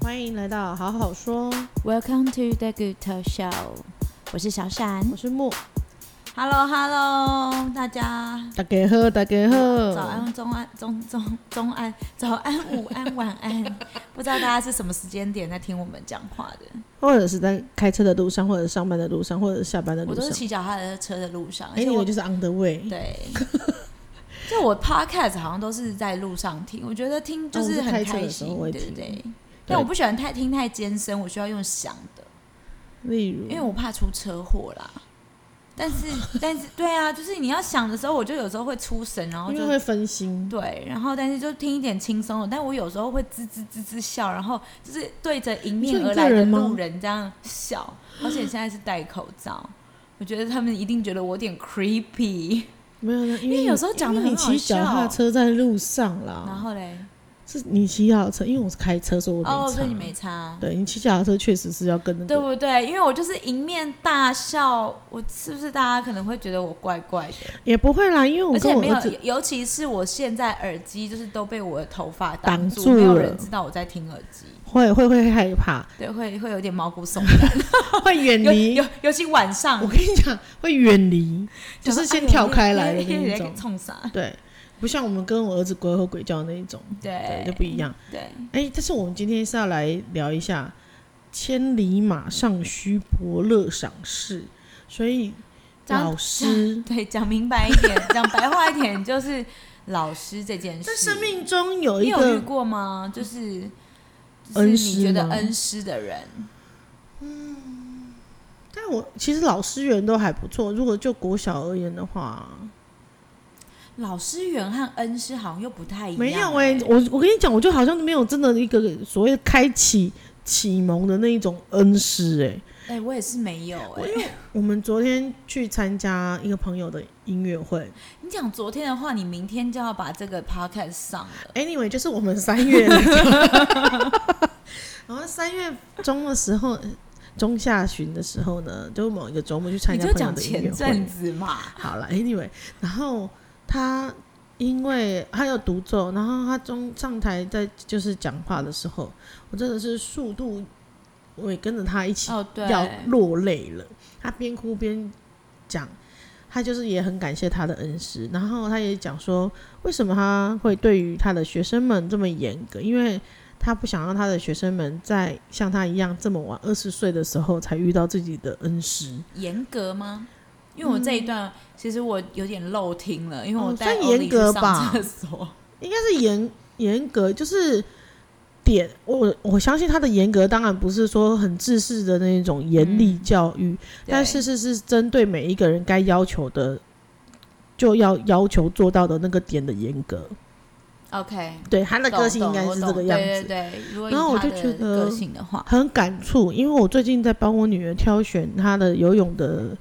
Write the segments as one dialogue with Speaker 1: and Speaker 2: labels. Speaker 1: 欢迎来到好好说，
Speaker 2: Welcome to the Good Talk Show，我是小闪。
Speaker 1: 我是木，
Speaker 2: Hello Hello，大家
Speaker 1: 大家好，大家好，
Speaker 2: 早安、中安、中中中安、早安、午安、晚 安。不知道大家是什么时间点在听我们讲话的？
Speaker 1: 或者是在开车的路上，或者上班的路上，或者是下班的
Speaker 2: 我
Speaker 1: 路
Speaker 2: 都
Speaker 1: 上
Speaker 2: 是。骑脚踏车的路上，而
Speaker 1: 哎，
Speaker 2: 且
Speaker 1: 你
Speaker 2: 我
Speaker 1: 我就是 on the way，
Speaker 2: 对， 就我 Podcast 好像都是在路上听，我觉得听就
Speaker 1: 哦我是
Speaker 2: 很
Speaker 1: 开车
Speaker 2: 开
Speaker 1: 的时
Speaker 2: 心
Speaker 1: 候，会
Speaker 2: 对
Speaker 1: 听
Speaker 2: 不对？但我不喜欢太听太艰深，我需要用想的。
Speaker 1: 例如
Speaker 2: 因为我怕出车祸啦。但是，但是，对啊，就是你要想的时候，我就有时候会出神，然后
Speaker 1: 因
Speaker 2: 就
Speaker 1: 为会分心，
Speaker 2: 对，然后但是就听一点轻松的。但我有时候会吱吱吱吱笑，然后就是对着迎
Speaker 1: 你说
Speaker 2: 面
Speaker 1: 你
Speaker 2: 而
Speaker 1: 个
Speaker 2: 来的
Speaker 1: 人吗
Speaker 2: 路人这样笑，而且现在是戴口罩，我觉得他们一定觉得我有点 creepy。
Speaker 1: 没有呢，因
Speaker 2: 因为
Speaker 1: 为
Speaker 2: 有时候讲得
Speaker 1: 因为你
Speaker 2: 很好
Speaker 1: 骑脚踏
Speaker 2: 笑
Speaker 1: 车在路上
Speaker 2: 然
Speaker 1: 啦，
Speaker 2: 后嘞，
Speaker 1: 是你骑脚踏车，因为我是开车，啊所以我没
Speaker 2: 哦，所以你
Speaker 1: 差
Speaker 2: 没差，
Speaker 1: 对你骑脚踏车确实是要跟那
Speaker 2: 对
Speaker 1: 个，
Speaker 2: 不对？因为我就是迎面大笑，我是不是大家可能会觉得我怪怪的？
Speaker 1: 也不会啦，因为我
Speaker 2: 而
Speaker 1: 哦跟
Speaker 2: 且
Speaker 1: 我
Speaker 2: 没有
Speaker 1: 儿子，
Speaker 2: 尤其是我现在耳机就是都被我的头发
Speaker 1: 挡
Speaker 2: 住，
Speaker 1: 住
Speaker 2: 没有
Speaker 1: 了
Speaker 2: 人知道我在听耳机，
Speaker 1: 会会会害怕，
Speaker 2: 对，会会有点毛骨悚然。
Speaker 1: 会远
Speaker 2: 尤
Speaker 1: 离
Speaker 2: 尤。尤其晚上
Speaker 1: 我，跟你讲，会远离，就
Speaker 2: 想说
Speaker 1: 是先
Speaker 2: 哎
Speaker 1: 跳
Speaker 2: 你
Speaker 1: 开来的
Speaker 2: 你
Speaker 1: 那
Speaker 2: 你
Speaker 1: 一
Speaker 2: 在
Speaker 1: 种。
Speaker 2: 冲啥？
Speaker 1: 对，不像我们跟我儿子鬼吼鬼叫的那一种，对，就
Speaker 2: 对
Speaker 1: 不一样。
Speaker 2: 对，
Speaker 1: 哎、但是我们今天是要来聊一下千里马上须伯乐赏识，所以
Speaker 2: 这样
Speaker 1: 老师
Speaker 2: 对，讲明白一点， 讲白话一点，就是老师这件
Speaker 1: 在
Speaker 2: 事，
Speaker 1: 生命中有
Speaker 2: 你
Speaker 1: 一
Speaker 2: 有遇
Speaker 1: 个
Speaker 2: 过吗？就是就是
Speaker 1: 恩
Speaker 2: 你
Speaker 1: 师
Speaker 2: 觉得
Speaker 1: 吗
Speaker 2: 恩师的人，
Speaker 1: 但我其实老师缘都还不错。如果就国小而言的话，
Speaker 2: 老师缘和恩师好像又不太一样。欸
Speaker 1: 没有哎、我我跟你讲，我就好像没有真的一个所谓开启启蒙的那一种恩师哎、
Speaker 2: 哎，我也是没有哎。
Speaker 1: 我们昨天去参加一个朋友的音乐会
Speaker 2: 你讲昨天的话，你明天就要把这个 podcast 上了。
Speaker 1: ，anyway，就是我们三月 的时候，然后三月中的时候，中下旬的时候呢，就某一个周末去参
Speaker 2: 你
Speaker 1: 加
Speaker 2: 就
Speaker 1: 朋友
Speaker 2: 讲
Speaker 1: 的音乐
Speaker 2: 前
Speaker 1: 会
Speaker 2: 阵。子嘛，
Speaker 1: 好了，anyway，然后他因为他有独奏，然后他中上台在就是讲话的时候，我真的是速度，我也跟着他一起
Speaker 2: 哦对，
Speaker 1: 要落泪了。他边哭边讲，他就是也很感谢他的恩师，然后他也讲说，为什么他会对于他的学生们这么严格，因为他不想让他的学生们在像他一样这么晚二十岁的时候才遇到自己的恩师，
Speaker 2: 严格吗？因为我这一段、其实我有点漏听了，因为
Speaker 1: 嗯
Speaker 2: 我
Speaker 1: 哦
Speaker 2: 带
Speaker 1: 算
Speaker 2: Oli
Speaker 1: 严格
Speaker 2: 去
Speaker 1: 吧
Speaker 2: 上厕所，
Speaker 1: 应该是严严格，就是。点我我相信他的严格当然不是说很自私的那种严厉教育， 但是
Speaker 2: 对
Speaker 1: 是是针对每一个人该要求的，就要要求做到的那个点的严格。
Speaker 2: OK，
Speaker 1: 对他的
Speaker 2: 懂
Speaker 1: 个性应
Speaker 2: 懂
Speaker 1: 该
Speaker 2: 我
Speaker 1: 是这
Speaker 2: 懂
Speaker 1: 个样
Speaker 2: 对对
Speaker 1: 子，
Speaker 2: 对，如果以
Speaker 1: 然后我
Speaker 2: 他
Speaker 1: 就
Speaker 2: 的
Speaker 1: 觉得
Speaker 2: 个性的话，
Speaker 1: 很感触。因为我最近在帮我女儿挑选她的游泳的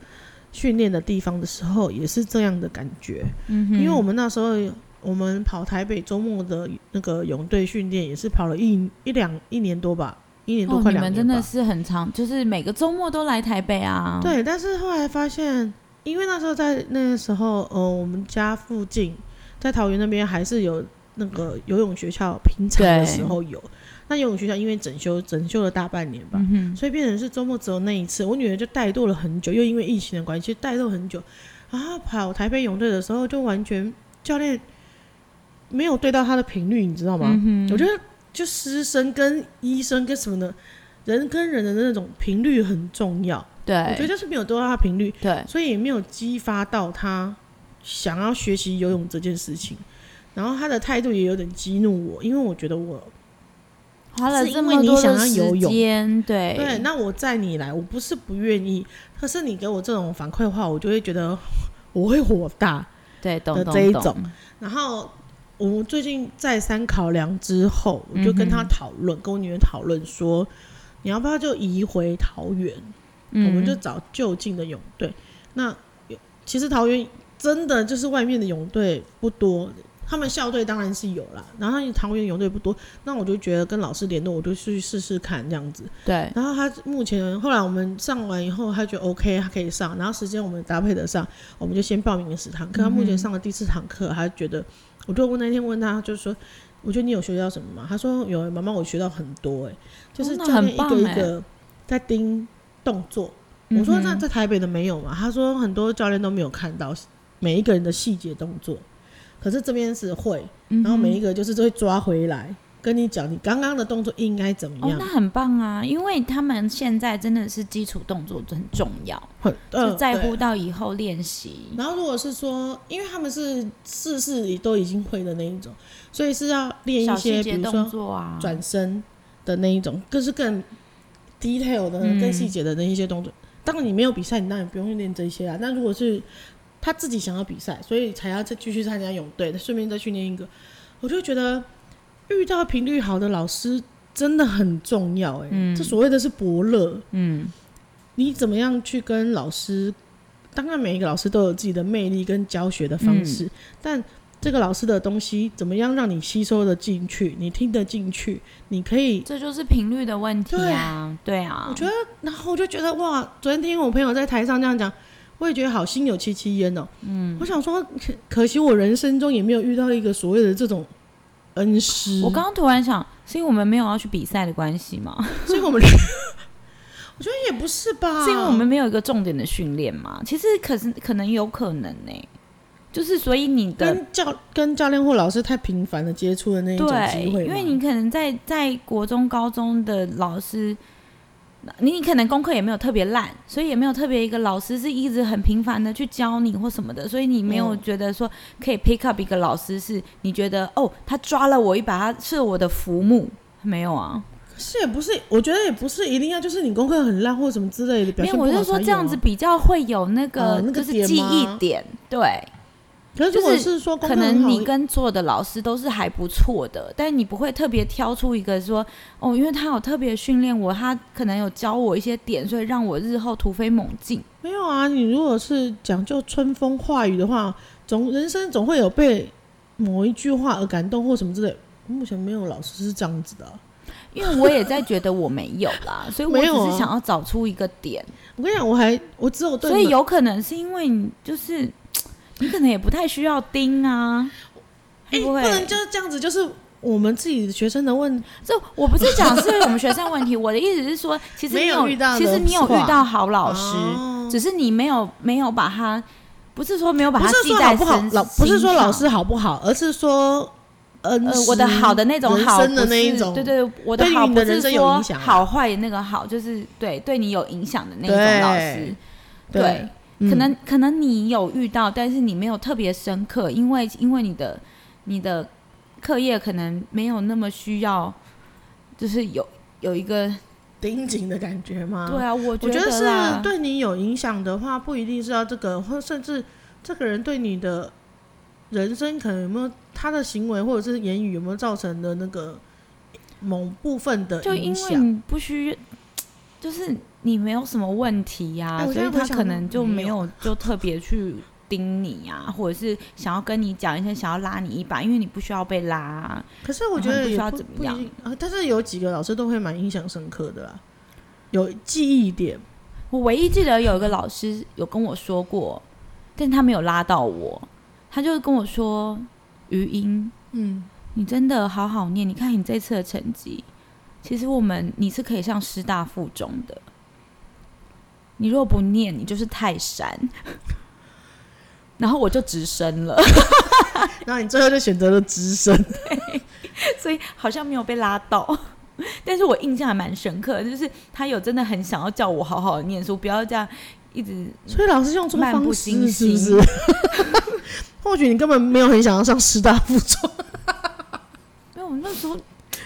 Speaker 1: 训练的地方的时候，也是这样的感觉。
Speaker 2: 嗯哼
Speaker 1: 因为我们那时候我们跑台北周末的那个泳队训练，也是跑了一一两一年多吧，一年多
Speaker 2: 哦，
Speaker 1: 快
Speaker 2: 你
Speaker 1: 两
Speaker 2: 们
Speaker 1: 年
Speaker 2: 真
Speaker 1: 吧。
Speaker 2: 的是很长，就是每个周末都来台北啊。，
Speaker 1: 对，但是后来发现，因为那时候在那时候，呃，我们家附近在桃园那边还是有那个游泳学校，平常的时候有。那游泳学校因为整修，整修了大半年吧，
Speaker 2: 嗯哼，
Speaker 1: 所以变成是周末只有那一次。我女儿就怠惰了很久，又因为疫情的关系怠惰很久。然后跑台北泳队的时候，就完全教练没有对到她的频率，你知道吗？
Speaker 2: 嗯
Speaker 1: 我觉得就师生跟医生跟什么的，人跟人的那种频率很重要。我觉得
Speaker 2: 对
Speaker 1: 就是没有多到他频率，
Speaker 2: 对，
Speaker 1: 所以也没有激发到他想要学习游泳这件事情。然后他的态度也有点激怒我，因为我觉得我
Speaker 2: 花了
Speaker 1: 是
Speaker 2: 这
Speaker 1: 因为
Speaker 2: 么
Speaker 1: 你
Speaker 2: 多
Speaker 1: 想
Speaker 2: 的
Speaker 1: 要游
Speaker 2: 时
Speaker 1: 泳
Speaker 2: 间，对
Speaker 1: 对，那我载你来，我不是不愿意，可是你给我这种反馈的话，我就会觉得我会火大。
Speaker 2: 对，
Speaker 1: 的
Speaker 2: 懂
Speaker 1: 这一
Speaker 2: 懂
Speaker 1: 种
Speaker 2: 懂。
Speaker 1: 然后我们最近再三考量之后，我就跟他讨论，跟我女儿讨论说，你要不要就移回桃园？
Speaker 2: 嗯
Speaker 1: 我们就找就近的泳队。那有其实桃园真的就是外面的泳队不多，他们校队当然是有啦，然后桃园泳队不多，那我就觉得跟老师联络，我就去试试看这样子。
Speaker 2: 对，
Speaker 1: 然后他目前后来我们上完以后，他觉得 OK，他可以上，然后时间我们搭配得上，我
Speaker 2: 嗯
Speaker 1: 们就先报名了十堂课。他目前上了第四堂课，他觉得，我就问那天问他，就是说我觉得你有学到什么吗？他说有、欸，妈妈，我学到很多、欸，哎，就是
Speaker 2: 哦那
Speaker 1: 教练
Speaker 2: 很
Speaker 1: 一
Speaker 2: 棒
Speaker 1: 个一
Speaker 2: 欸
Speaker 1: 个在盯动作。我说
Speaker 2: 嗯哼
Speaker 1: 那在台北的没有嘛？他说很多教练都没有看到每一个人的细节动作，可是这边是会，
Speaker 2: 嗯哼
Speaker 1: 然后每一个就是会抓回来，跟你讲你刚刚的动作应该怎么
Speaker 2: 哦，
Speaker 1: 样
Speaker 2: 那。很棒啊！因为他们现在真的是基础动作很重要，
Speaker 1: 很
Speaker 2: 就
Speaker 1: 嗯
Speaker 2: 在
Speaker 1: 对
Speaker 2: 乎到以后练习。
Speaker 1: 然后如果是说，因为他们是事事里都已经会的那一种，所以是要练
Speaker 2: 小
Speaker 1: 一
Speaker 2: 细
Speaker 1: 些，比
Speaker 2: 节
Speaker 1: 如
Speaker 2: 动
Speaker 1: 说
Speaker 2: 作啊，
Speaker 1: 转身的那一种，更是更 detail 的、
Speaker 2: 嗯
Speaker 1: 更细节的那一些动作。当然你没有比赛，你当然不用去练这些啊。那如果是他自己想要比赛，所以才要再继续参加泳队，顺便再训练一个，我就觉得遇到频率好的老师真的很重要、欸。哎、
Speaker 2: 嗯
Speaker 1: 这所谓的是伯乐，
Speaker 2: 嗯
Speaker 1: 你怎么样去跟老师？当然，每一个老师都有自己的魅力跟教学的方
Speaker 2: 嗯
Speaker 1: 式，但这个老师的东西怎么样让你吸收的进去，你听得进去，你可以。
Speaker 2: 这就是频率的问题啊，对啊，
Speaker 1: 我觉得，然后我就觉得哇，昨天听我朋友在台上这样讲，我也觉得好心有戚戚焉哦。嗯，我想说，可可惜我人生中也没有遇到一个所谓的这种恩师。
Speaker 2: 我刚刚突然想，是因为我们没有要去比赛的关系吗？
Speaker 1: 所以我们， 我觉得也不是吧，
Speaker 2: 是因为我们没有一个重点的训练吗？其实可是可能有可能呢、就是所以你的
Speaker 1: 跟教跟教练或老师太频繁的接触的那一种
Speaker 2: 对，
Speaker 1: 机会嘛，
Speaker 2: 因为你可能在在国中、高中的老师。你你可能功课也没有特别烂，所以也没有特别一个老师是一直很频繁的去教你或什么的，所以你没有
Speaker 1: 嗯
Speaker 2: 觉得说可以 pick up 一个老师是你觉得哦，他抓了我一把，他是我的浮木，没有啊？
Speaker 1: 是也不是，我觉得也不是一定要就是你功课很烂或什么之类的表
Speaker 2: 没
Speaker 1: 现
Speaker 2: 有，
Speaker 1: 不好
Speaker 2: 我是说
Speaker 1: 才
Speaker 2: 这样子
Speaker 1: 有啊。
Speaker 2: 比较会有那个、
Speaker 1: 哦那个
Speaker 2: 就是
Speaker 1: 点
Speaker 2: 记
Speaker 1: 吗
Speaker 2: 忆点，对，
Speaker 1: 可是如果
Speaker 2: 就是
Speaker 1: 是说功课
Speaker 2: 可
Speaker 1: 很
Speaker 2: 能
Speaker 1: 好，
Speaker 2: 你跟做的老师都是还不错的，但你不会特别挑出一个说哦，因为他有特别训练我，他可能有教我一些点，所以让我日后突飞猛进。
Speaker 1: 没有啊。你如果是讲究春风化雨的话，总人生总会有被某一句话而感动或什么之类。目前没有老师是这样子的啊、
Speaker 2: 因为我也在觉得我没有啦，所以我
Speaker 1: 没
Speaker 2: 只
Speaker 1: 有
Speaker 2: 是
Speaker 1: 啊
Speaker 2: 想要找出一个点，
Speaker 1: 我跟你讲，我还我只有对
Speaker 2: 所以
Speaker 1: 门
Speaker 2: 有可能是因为你就是你可能也不太需要盯啊，
Speaker 1: 哎、
Speaker 2: 会不
Speaker 1: 不
Speaker 2: 会？
Speaker 1: 能就是这样子，就是我们自己的学生的问
Speaker 2: 这我不是讲是我们学生问题，我的意思是说，其实你
Speaker 1: 没有遇到的
Speaker 2: 其实你有遇
Speaker 1: 话
Speaker 2: 到好老师，
Speaker 1: 哦
Speaker 2: 只是你没有没有把他，不是说没有把
Speaker 1: 不
Speaker 2: 他
Speaker 1: 是
Speaker 2: 记
Speaker 1: 说
Speaker 2: 在
Speaker 1: 好
Speaker 2: 身
Speaker 1: 不好，老不是说老师。好不好，而是说恩
Speaker 2: 呃，
Speaker 1: 师
Speaker 2: 我的好的那种
Speaker 1: 人
Speaker 2: 好，
Speaker 1: 生的
Speaker 2: 不
Speaker 1: 那一
Speaker 2: 是
Speaker 1: 种
Speaker 2: 对对，我的
Speaker 1: 对于
Speaker 2: 好
Speaker 1: 你
Speaker 2: 不
Speaker 1: 的
Speaker 2: 是
Speaker 1: 人生有
Speaker 2: 说
Speaker 1: 影响啊
Speaker 2: 好坏的那个好，就是对对你有影响的那一种
Speaker 1: 对
Speaker 2: 老师，
Speaker 1: 对
Speaker 2: 对，
Speaker 1: 嗯
Speaker 2: 可能可能你有遇到，但是你没有特别深刻，因为因为你的你的课业可能没有那么需要，就是有有一个
Speaker 1: 盯紧的感觉吗？
Speaker 2: 对啊，我
Speaker 1: 我
Speaker 2: 觉
Speaker 1: 觉得
Speaker 2: 啦
Speaker 1: 是对你有影响的话，不一定是要这个，或甚至这个人对你的人生可能有没有他的行为或者是言语有没有造成的那个某部分的
Speaker 2: 就因
Speaker 1: 影
Speaker 2: 为嗯
Speaker 1: 响。
Speaker 2: 你不需，就是你没有什么问题呀、
Speaker 1: 哎我
Speaker 2: 所
Speaker 1: 现
Speaker 2: 以
Speaker 1: 在
Speaker 2: 他
Speaker 1: 回想
Speaker 2: 可能就
Speaker 1: 没
Speaker 2: 没
Speaker 1: 有
Speaker 2: 有就特别去盯你呀、或者是想要跟你讲一些，想要拉你一把，因为你不需要被拉啊。
Speaker 1: 可是我觉得也
Speaker 2: 然后
Speaker 1: 不
Speaker 2: 你
Speaker 1: 不
Speaker 2: 不知道怎么
Speaker 1: 一
Speaker 2: 样
Speaker 1: 定啊，但是有几个老师都会蛮印象深刻的啦，有记忆点。
Speaker 2: 我唯一记得有一个老师有跟我说过，但他没有拉到我，他就跟我说：“余音，
Speaker 1: 嗯，
Speaker 2: 你真的好好念，你看你这次的成绩，其实我们你是可以上师大附中的。你若不念，你就是泰山。 然后我就直升了，
Speaker 1: 然后你最后就选择了直升，
Speaker 2: 所以好像没有被拉到。 但是我印象还蛮深刻的，就是他有真的很想要叫我好好念书，不要这样一直
Speaker 1: 所以老师用错
Speaker 2: 漫不
Speaker 1: 方
Speaker 2: 经
Speaker 1: 式是不
Speaker 2: 心
Speaker 1: 是？ 或许你根本没有很想要上师大附中，
Speaker 2: 没有我那时候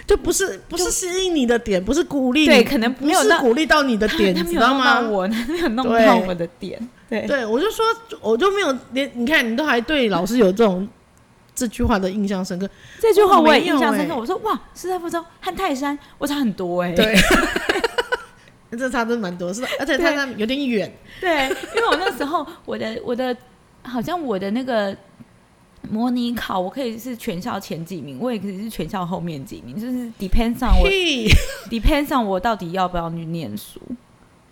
Speaker 1: 就不是不是吸引你的点，不是鼓励你
Speaker 2: 对，可能没有
Speaker 1: 不是
Speaker 2: 到
Speaker 1: 鼓励到你的
Speaker 2: 他
Speaker 1: 点，
Speaker 2: 他
Speaker 1: 你知
Speaker 2: 没有
Speaker 1: 道
Speaker 2: 弄到
Speaker 1: 吗？
Speaker 2: 我，他没有弄
Speaker 1: 对
Speaker 2: 到我的点，对
Speaker 1: 对，我就说，我就没有连你看，你都还对老师有这种这句话的印象深刻。
Speaker 2: 这句话
Speaker 1: 我
Speaker 2: 我也
Speaker 1: 没
Speaker 2: 印
Speaker 1: 有
Speaker 2: 象深
Speaker 1: 欸
Speaker 2: 刻。我说哇，师大附中和泰山，我差很多哎、
Speaker 1: 对，这差真蛮多，是的，而且
Speaker 2: 对
Speaker 1: 他那有点远，
Speaker 2: 对，因为我那时候我的我的好像我的那个模拟考，我可以是全校前几名，我也可以是全校后面几名，就是 depends on 我
Speaker 1: 屁，
Speaker 2: depends on 我到底要不要去念书。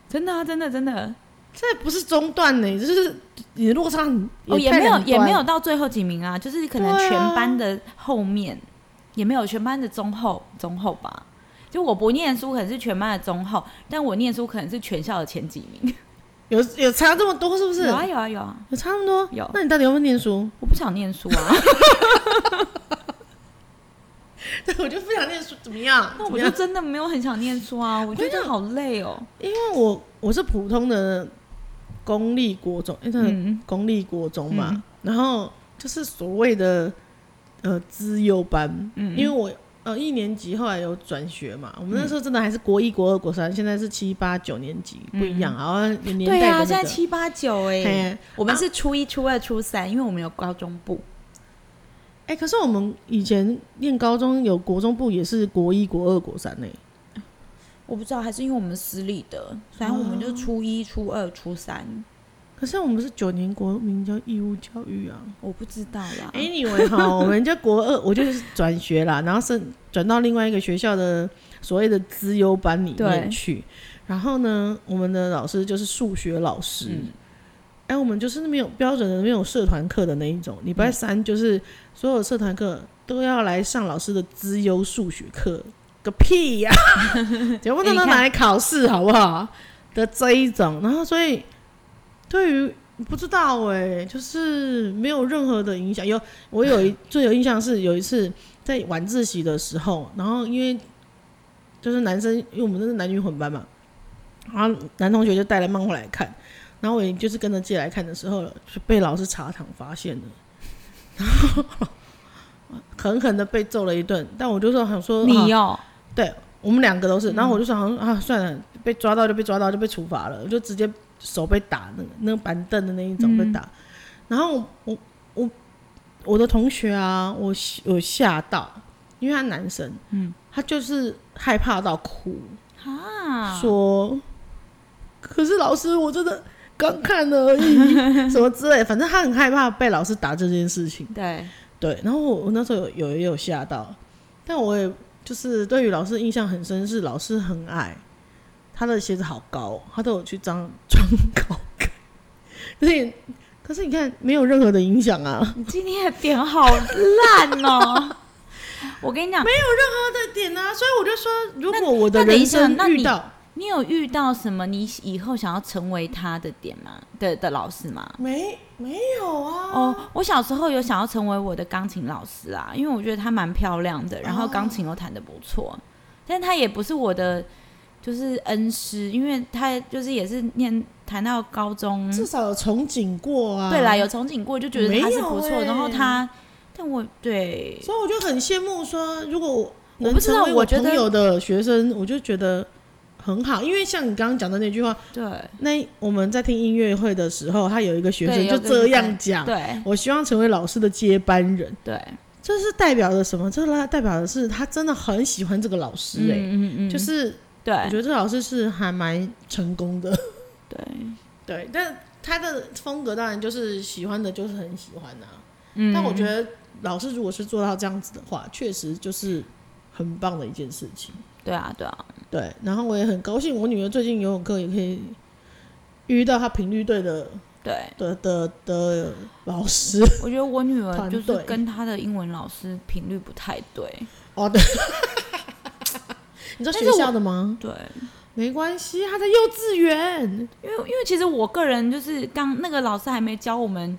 Speaker 2: 真的啊，真的真的，
Speaker 1: 这不是中断呢，就是你的落差很
Speaker 2: 哦，也
Speaker 1: 太
Speaker 2: 没有
Speaker 1: 两
Speaker 2: 也没有
Speaker 1: 端
Speaker 2: 到最后几名啊，就是可能
Speaker 1: 对
Speaker 2: 全
Speaker 1: 啊
Speaker 2: 班的后面，也没有全班的中后，中后吧。就我不念书，可能是全班的中后，但我念书可能是全校的前几名。
Speaker 1: 有有差这么多是不是？
Speaker 2: 有啊有啊有啊，
Speaker 1: 有差那么多？
Speaker 2: 有
Speaker 1: 那你到底有没有念书？
Speaker 2: 我不想念书啊，
Speaker 1: 对，我就不想念书，怎么样？
Speaker 2: 那
Speaker 1: 怎
Speaker 2: 我
Speaker 1: 么
Speaker 2: 就
Speaker 1: 样？
Speaker 2: 真的没有很想念 书啊，我觉得好累哦。
Speaker 1: 因为我我是普通的公立国中，哎、那
Speaker 2: 嗯，
Speaker 1: 公立国中嘛，然后就是所谓的呃资优班，
Speaker 2: 嗯
Speaker 1: 因为我呃一年级后来有转学嘛，我们那时候真的还是国一、国二、国三，现在是七八九年级不一样，然后有年代
Speaker 2: 对
Speaker 1: 的、那
Speaker 2: 啊，
Speaker 1: 个、
Speaker 2: 现在七八九哎、
Speaker 1: 嘿哎、
Speaker 2: 我们是初一、初二、初三，因为我们有高中部。
Speaker 1: 可是我们以前念高中有国中部也是国一、国二、国三呢、
Speaker 2: 我不知道，还是因为我们私立的，反正我们就初一、初二、初三，
Speaker 1: 可是我们是九年国民教义务教育啊。
Speaker 2: 我不知道啦。
Speaker 1: Anyway 哈，我们就国二，我就是转学啦，然后是转到另外一个学校的所谓的资优班里
Speaker 2: 对
Speaker 1: 面去。然后呢，我们的老师就是数学老师，哎、
Speaker 2: 嗯
Speaker 1: 我们就是没有标准的没有社团课的那一种，礼拜三就是所有社团课都要来上老师的资优数学课，个屁 呀、全部都
Speaker 2: 哎
Speaker 1: 能
Speaker 2: 你看
Speaker 1: 拿来考试，好不好？的这一种，然后所以对于不知道哎、就是没有任何的影响。有我有 一最有印象是有一次在晚自习的时候，然后因为就是男生，因为我们那是男女混班嘛，然后男同学就带了漫画来看，然后我也就是跟着借来看的时候，就被老师查堂发现了，然后 狠狠的被揍了一顿。但我就说想说啊
Speaker 2: 你哦，
Speaker 1: 我们两个都是，然后我就想说啊，算了，被抓到就被抓到，就被处罚了，我就直接手被打那个那个板凳的那一种被打，然后我我我我的同学啊，我吓我吓到，因为他男生，嗯，他就是害怕到哭，
Speaker 2: 啊，
Speaker 1: 说，可是老师我真的刚看了而已，什么之类，反正他很害怕被老师打这件事情。
Speaker 2: 对，
Speaker 1: 对，然后我我那时候有有也有吓到，但我也就是对于老师印象很深，是老师很矮，他的鞋子好高，哦他都有去 装装高跟，可是你可是你看没有任何的影响啊，
Speaker 2: 你今天的点好烂 哦。我跟你讲，
Speaker 1: 这点啊，所以我就说，如果我的
Speaker 2: 那等一
Speaker 1: 人
Speaker 2: 下
Speaker 1: 生
Speaker 2: 那
Speaker 1: 遇
Speaker 2: 你
Speaker 1: 到
Speaker 2: 你有遇到什么你以后想要成为他的点吗？的的老师吗？
Speaker 1: 没没有啊，
Speaker 2: 哦，我小时候有想要成为我的钢琴老师啊，因为我觉得她蛮漂亮的，
Speaker 1: 哦
Speaker 2: 然后钢琴又弹得不错，但她也不是我的就是恩师，因为她就是也是念弹到高中，
Speaker 1: 至少有憧憬过啊，
Speaker 2: 对啦，有憧憬过，就觉得她是不错，
Speaker 1: 没有欸
Speaker 2: 然后她，但我对
Speaker 1: 所以我就很羡慕说，如果我能
Speaker 2: 不知道
Speaker 1: 成为
Speaker 2: 我
Speaker 1: 我
Speaker 2: 觉得
Speaker 1: 朋友的学生，我就觉得很好，因为像你刚刚讲的那句话。
Speaker 2: 对
Speaker 1: 那我们在听音乐会的时候，他有一个学
Speaker 2: 对
Speaker 1: 生
Speaker 2: 有
Speaker 1: 就
Speaker 2: 个
Speaker 1: 这样讲：“
Speaker 2: 对
Speaker 1: 我希望成为老师的接班人。
Speaker 2: 对，”
Speaker 1: 这是代表了什么？这代表的是他真的很喜欢这个老师、欸，
Speaker 2: 嗯嗯嗯，
Speaker 1: 就是我觉
Speaker 2: 对
Speaker 1: 得这老师是还蛮成功的，
Speaker 2: 对，
Speaker 1: 对。但他的风格当然就是喜欢的，就是很喜欢啊。
Speaker 2: 嗯，
Speaker 1: 但我觉得老师如果是做到这样子的话，确实就是很棒的一件事情。
Speaker 2: 对啊对啊，
Speaker 1: 对，然后我也很高兴，我女儿最近游泳课也可以遇到她频率队的
Speaker 2: 对，
Speaker 1: 的的的老师
Speaker 2: 我觉得我女儿
Speaker 1: 团
Speaker 2: 就是
Speaker 1: 队
Speaker 2: 跟她的英文老师频率不太对，
Speaker 1: 哦，对， 你知道学校的吗？
Speaker 2: 对。
Speaker 1: 没关系，啊他在幼稚园，
Speaker 2: 因为因为其实我个人就是刚那个老师还没教我们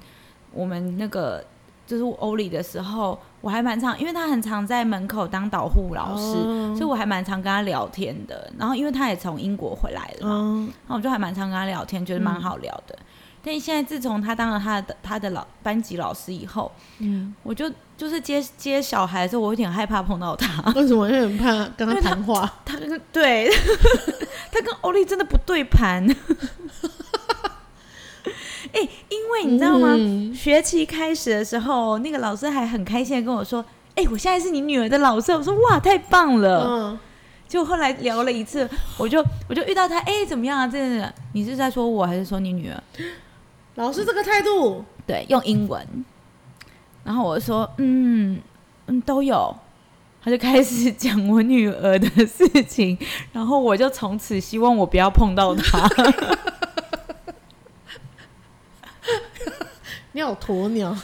Speaker 2: 我们那个就是欧里的时候，我还蛮常，因为他很常在门口当导护老师，
Speaker 1: 哦
Speaker 2: 所以我还蛮常跟他聊天的。然后因为他也从英国回来了嘛，
Speaker 1: 嗯，
Speaker 2: 然后我就还蛮常跟他聊天，觉得蛮好聊的。但现在自从他当了他的他的老班级老师以后，嗯，我就就是接接小孩的时候，我有点害怕碰到 他。
Speaker 1: 为什么？因为很怕跟
Speaker 2: 因
Speaker 1: 他
Speaker 2: 为他
Speaker 1: 谈话，
Speaker 2: 他跟对，他跟欧丽真的不对盘。 哎、因为 你知道吗？
Speaker 1: 嗯
Speaker 2: 学期开始的时候，那个老师还很开心的跟我说：“哎、我现在是你女儿的老师。”我说：“哇，太棒了！”
Speaker 1: 嗯，
Speaker 2: 就后来聊了一次，我就我就遇到他，哎、怎么样啊？这样这样你是在说我还是说你女儿？
Speaker 1: 老师这个态度，
Speaker 2: 对，用英文。然后我就说，嗯嗯，都有。他就开始讲我女儿的事情，然后我就从此希望我不要碰到 她。
Speaker 1: 你好鸵鸟，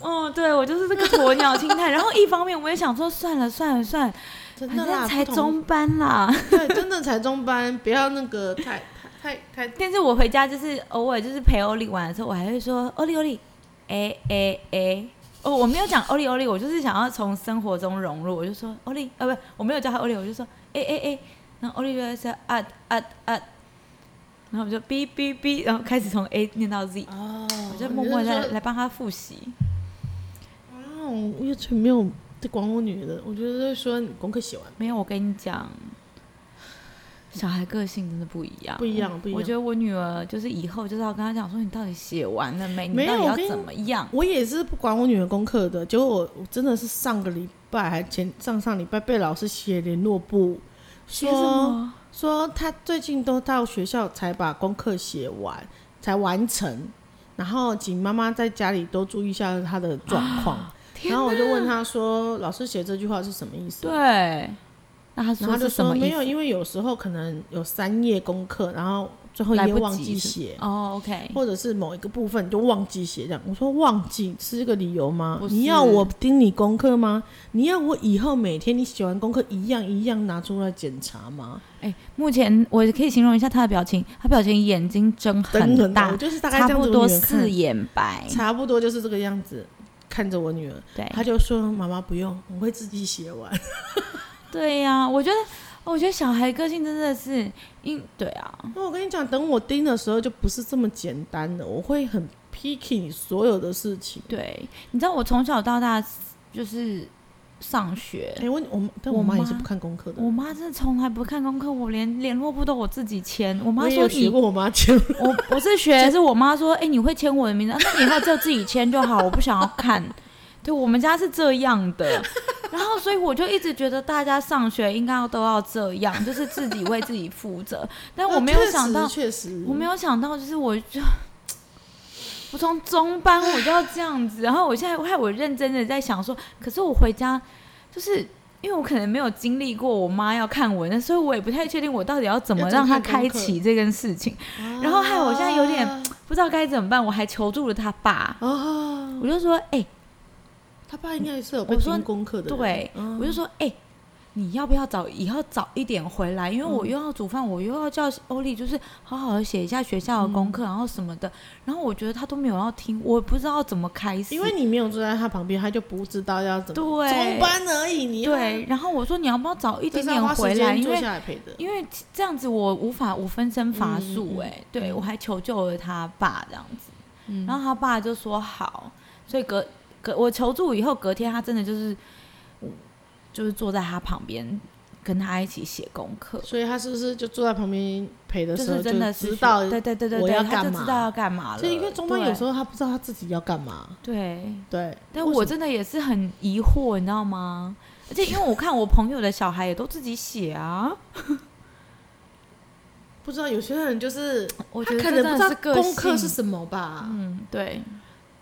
Speaker 2: 哦，对我就是这个鸵鸟心态。然后一方面我也想说，算了算了算了，
Speaker 1: 真
Speaker 2: 反
Speaker 1: 的啦，
Speaker 2: 正才
Speaker 1: 不同
Speaker 2: 中班啦。
Speaker 1: 对，真的才中班，不要那个太太太太
Speaker 2: 但是我回家就是偶尔就是陪欧丽玩的时候，我还会说欧丽欧丽，哎哎哎，哦，我没有讲欧丽欧丽，我就是想要从生活中融入，我就说欧丽，呃，不，我没有叫他欧丽，我就说哎哎哎，然后欧丽就在说啊啊啊，然后我就哔哔哔，然后开始从 A 念到 Z，
Speaker 1: 哦，
Speaker 2: 我就默默
Speaker 1: 你是
Speaker 2: 在
Speaker 1: 说
Speaker 2: 来帮他复习。
Speaker 1: 哇哦，我完全没有在管我女儿的，我觉得就是说你功课写完
Speaker 2: 没有，我跟你讲，小孩个性真的不一样，
Speaker 1: 不一样不一样
Speaker 2: 我觉得我女儿就是以后就是要跟她讲说，你到底写完了没？
Speaker 1: 没有
Speaker 2: 你到底
Speaker 1: 我跟你
Speaker 2: 要怎么样？
Speaker 1: 我也是不管我女儿功课的，结果我我真的是上个礼拜还前上上礼拜被老师写联络簿，
Speaker 2: 写什
Speaker 1: 说
Speaker 2: 么？
Speaker 1: 说她最近都到学校才把功课写完，才完成，然后请妈妈在家里多注意一下她的状况。
Speaker 2: 啊天
Speaker 1: 然
Speaker 2: 哪
Speaker 1: 后我就问她说：“老师写这句话是什么意思？”
Speaker 2: 对，那
Speaker 1: 然
Speaker 2: 她
Speaker 1: 后
Speaker 2: 说
Speaker 1: 她就是
Speaker 2: 什
Speaker 1: 说
Speaker 2: 么
Speaker 1: 没
Speaker 2: 意
Speaker 1: 有，
Speaker 2: 思？
Speaker 1: 因为有时候可能有三页功课，然后最后一
Speaker 2: 来
Speaker 1: 页
Speaker 2: 不
Speaker 1: 忘
Speaker 2: 及
Speaker 1: 记
Speaker 2: 是
Speaker 1: 写，
Speaker 2: 哦，OK，
Speaker 1: 或者是某一个部分你就忘记写这样。我说忘记是这个理由吗
Speaker 2: 不？是
Speaker 1: 你要我盯你功课吗？你要我以后每天你写完功课一样一样拿出来检查吗？
Speaker 2: 哎，目前我可以形容一下她的表情，她表情眼睛睁
Speaker 1: 等等，
Speaker 2: 大
Speaker 1: 我，就是大概
Speaker 2: 差
Speaker 1: 这样
Speaker 2: 不
Speaker 1: 子
Speaker 2: 多
Speaker 1: 我女儿看
Speaker 2: 四眼白，
Speaker 1: 差不多就是这个样子。看着我女儿，
Speaker 2: 对，
Speaker 1: 她就说：“妈妈不用，我会自己写完。
Speaker 2: 哦对呀、我觉得，哦我觉得小孩个性真的是，因对啊，”
Speaker 1: 那我跟你讲，等我盯的时候就不是这么简单了，我会很 picky 你所有的事情。
Speaker 2: 对，你知道我从小到大就是上学
Speaker 1: 哎、，我我妈但
Speaker 2: 我
Speaker 1: 我妈也
Speaker 2: 妈
Speaker 1: 是不看功课的。
Speaker 2: 我妈真的从来不看功课，我连联络簿都我自己签。我妈
Speaker 1: 我也
Speaker 2: 说
Speaker 1: 有学
Speaker 2: 你，
Speaker 1: 过我妈签，
Speaker 2: 我我是学，是我妈说，哎、你会签我的名字，那你以后就自己签就好，我不想要看。对我们家是这样的，然后所以我就一直觉得大家上学应该要都要这样，就是自己为自己负责。但我没有想到，
Speaker 1: 确实，
Speaker 2: 我没
Speaker 1: 有。
Speaker 2: 有想到，就是我就我从中班我就要这样子，然后我现在害我认真的在想说，可是我回家就是因为我可能没有经历过我妈要看我那，所以我也不太确定我到底要怎么
Speaker 1: 要怎
Speaker 2: 让
Speaker 1: 么
Speaker 2: 她
Speaker 1: 看功
Speaker 2: 开
Speaker 1: 课啊
Speaker 2: 启这件事情，然后害我现在有点不知道该怎么办，我还求助了他爸，
Speaker 1: 哦，
Speaker 2: 我就说，哎、
Speaker 1: 他爸应该也是有被
Speaker 2: 我说
Speaker 1: 盯功课的人，
Speaker 2: 对，
Speaker 1: 嗯
Speaker 2: 我就说，哎、你要不要早以后早一点回来？因为
Speaker 1: 嗯
Speaker 2: 我又要煮饭，我又要叫欧丽，就是好好的写一下学校的功课，
Speaker 1: 嗯
Speaker 2: 然后什么的。然后我觉得他都没有要听，我不知道怎么开始。
Speaker 1: 因为你没有坐在他旁边，他就不知道要怎么
Speaker 2: 对
Speaker 1: 中班而已，你要
Speaker 2: 对，，然后我说你要不要早一
Speaker 1: 这
Speaker 2: 点
Speaker 1: 是要
Speaker 2: 点
Speaker 1: 花时
Speaker 2: 回来？
Speaker 1: 间
Speaker 2: 因
Speaker 1: 坐
Speaker 2: 为
Speaker 1: 下来陪的，
Speaker 2: 因为这样子我无法我分身乏术
Speaker 1: 嗯嗯嗯
Speaker 2: 哎、对我还求救了他爸这样子，
Speaker 1: 嗯
Speaker 2: 然后他爸就说好，所以隔隔我求助以后，隔天他真的就是就是坐在他旁边跟他一起写功课，
Speaker 1: 所以他是不是就坐在旁边陪的
Speaker 2: 就
Speaker 1: 时候
Speaker 2: 是真的是
Speaker 1: 知
Speaker 2: 学
Speaker 1: 道？
Speaker 2: 对对对对
Speaker 1: 我
Speaker 2: 对，
Speaker 1: 要
Speaker 2: 他就
Speaker 1: 干嘛
Speaker 2: 知道要干嘛了。
Speaker 1: 就因为中班有时
Speaker 2: 候
Speaker 1: 候他不知道他自己要干嘛，
Speaker 2: 对，
Speaker 1: 对，
Speaker 2: 但
Speaker 1: 为
Speaker 2: 我
Speaker 1: 什
Speaker 2: 真的也是很疑惑，你知道吗？而且因为我看我朋友的小孩也都自己写啊，
Speaker 1: 么不知道有些人就是
Speaker 2: 我觉
Speaker 1: 他
Speaker 2: 得
Speaker 1: 可
Speaker 2: 这
Speaker 1: 能不知道
Speaker 2: 真的是个
Speaker 1: 功课是
Speaker 2: 性
Speaker 1: 什么吧，
Speaker 2: 嗯，对，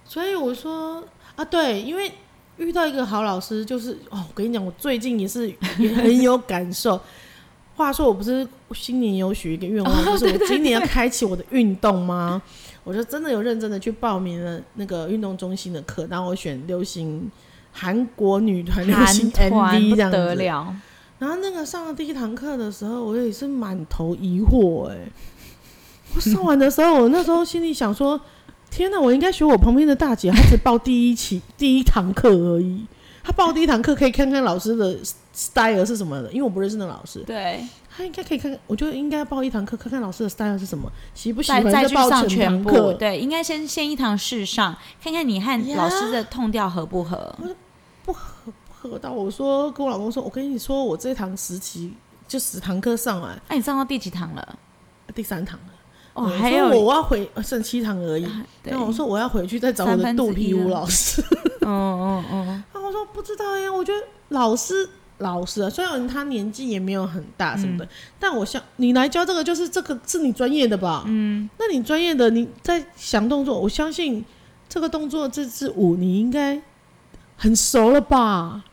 Speaker 1: 所以我说啊，对，因为遇到一个好老师，就是哦，我跟你讲，我最近也是也很有感受。 话说，我不是新年有许一个愿望， 就是我今年要开启我的运动吗？我就真的有认真的去报名了那个运动中心的课，然后我选流行韩国女团流
Speaker 2: 韩
Speaker 1: 行
Speaker 2: 团
Speaker 1: MV
Speaker 2: 不
Speaker 1: 这样
Speaker 2: 得
Speaker 1: 子。
Speaker 2: 了，
Speaker 1: 然后那个上了第一堂课的时候，我也是满头疑惑哎、我上完的时候，我那时候心里想说：天哪，我应该学我旁边的大姐，她只报第一期第一堂课而已。她报第一堂课可以看看老师的 style 是什么的，因为我不认识那个老师，
Speaker 2: 对，
Speaker 1: 她应该可以看看，我就应该报一堂课看看老师的 style 是什么，喜不喜
Speaker 2: 再
Speaker 1: 欢
Speaker 2: 再
Speaker 1: 就
Speaker 2: 去
Speaker 1: 报
Speaker 2: 上
Speaker 1: 堂
Speaker 2: 全部，
Speaker 1: 课。
Speaker 2: 对，应该先先一堂试上，看看你和
Speaker 1: 呀
Speaker 2: 老师的痛调合不合。
Speaker 1: 喝到我说跟我老公说，我跟你说，我这堂实习就十堂课上完，
Speaker 2: 哎那、你上到第几堂了？
Speaker 1: 第三堂了，
Speaker 2: 哦，
Speaker 1: 我
Speaker 2: 还
Speaker 1: 说
Speaker 2: 有
Speaker 1: 我要回剩七堂而已。
Speaker 2: 对，
Speaker 1: 那我
Speaker 2: 嗯
Speaker 1: 说我要回去再找我
Speaker 2: 三
Speaker 1: 的
Speaker 2: 分之
Speaker 1: 肚皮
Speaker 2: 一啊
Speaker 1: 舞
Speaker 2: 了
Speaker 1: 老师。
Speaker 2: 嗯嗯，
Speaker 1: 然后我说不知道呀，我觉得老师老师啊，虽然他年纪也没有很大什么
Speaker 2: 嗯
Speaker 1: 的，但我想你来教这个就是这个是你专业的吧？嗯，那你专业的你在想动作，我相信这个动作这支舞你应该很熟了吧？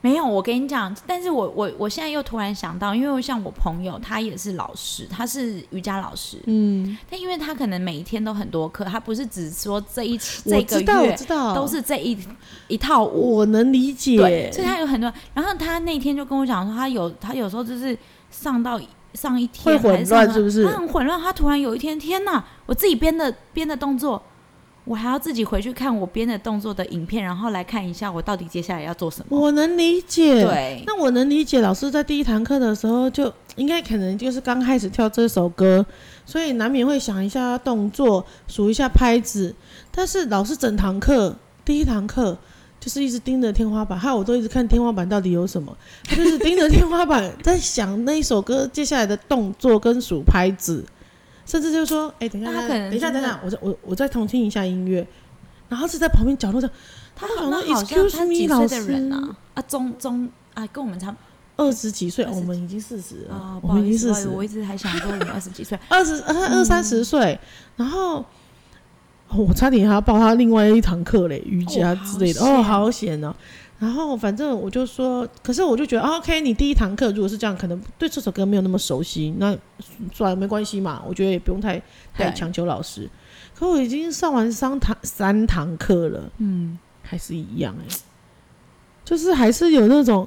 Speaker 2: 没有，我跟你讲，但是我我我现在又突然想到，因为像我朋友，他也是老师，他是瑜伽老师，
Speaker 1: 嗯，
Speaker 2: 但因为他可能每一天都很多课，他不是只说这一期
Speaker 1: 我
Speaker 2: 这
Speaker 1: 知
Speaker 2: 个
Speaker 1: 道，我
Speaker 2: 月
Speaker 1: 知道，
Speaker 2: 都是这一一套舞，
Speaker 1: 我能理
Speaker 2: 对
Speaker 1: 解，，
Speaker 2: 所以他有很多。然后他那天就跟我讲说，他有他有时候就是上到上一天
Speaker 1: 会混
Speaker 2: 还上到
Speaker 1: 乱是不是
Speaker 2: 他很混乱，他突然有一天，天哪！我自己编的编的动作，我还要自己回去看我编的动作的影片，然后来看一下我到底接下来要做什么。
Speaker 1: 我能理解，。
Speaker 2: 对，
Speaker 1: 那我能理解，老师在第一堂课的时候就应该可能就是刚开始跳这首歌，所以难免会想一下动作，数一下拍子。但是老师整堂课，第一堂课就是一直盯着天花板，害我都一直看天花板到底有什么，他就是盯着天花板在想那一首歌接下来的动作跟数拍子，甚至就说：“哎、等一下，
Speaker 2: 那他可能
Speaker 1: 等一下，
Speaker 2: 真的
Speaker 1: 等一下，我再我我再重听一下音乐。”然后是在旁边角落上，
Speaker 2: 他
Speaker 1: 我
Speaker 2: 好
Speaker 1: 想
Speaker 2: 那
Speaker 1: 说
Speaker 2: 好像他
Speaker 1: excuse
Speaker 2: 几
Speaker 1: me，
Speaker 2: 岁
Speaker 1: 老
Speaker 2: 的
Speaker 1: 师
Speaker 2: 人啊？啊，中中啊，跟我们差不
Speaker 1: 二十几岁，
Speaker 2: 二
Speaker 1: 哦
Speaker 2: 十
Speaker 1: 我
Speaker 2: 几
Speaker 1: 们已经四十了，
Speaker 2: 啊，不
Speaker 1: 我
Speaker 2: 好
Speaker 1: 们已
Speaker 2: 意
Speaker 1: 经
Speaker 2: 思，
Speaker 1: 四
Speaker 2: 不好意
Speaker 1: 十
Speaker 2: 思，，我一直还想说我们二十几 岁。
Speaker 1: 二十呃二
Speaker 2: 嗯
Speaker 1: 二三十岁，然后、哦我差点还要报他另外一堂课嘞，瑜伽
Speaker 2: 哦
Speaker 1: 之类的。
Speaker 2: 好险
Speaker 1: 哦，好险哦！然后反正我就说，可是我就觉得、哦、，OK，你第一堂课如果是这样，可能对这首歌没有那么熟悉，那算了，没关系嘛，我觉得也不用太太
Speaker 2: 对
Speaker 1: 强求老师。可我已经上完三堂三堂课了，
Speaker 2: 嗯，
Speaker 1: 还是一样哎、就是还是有那种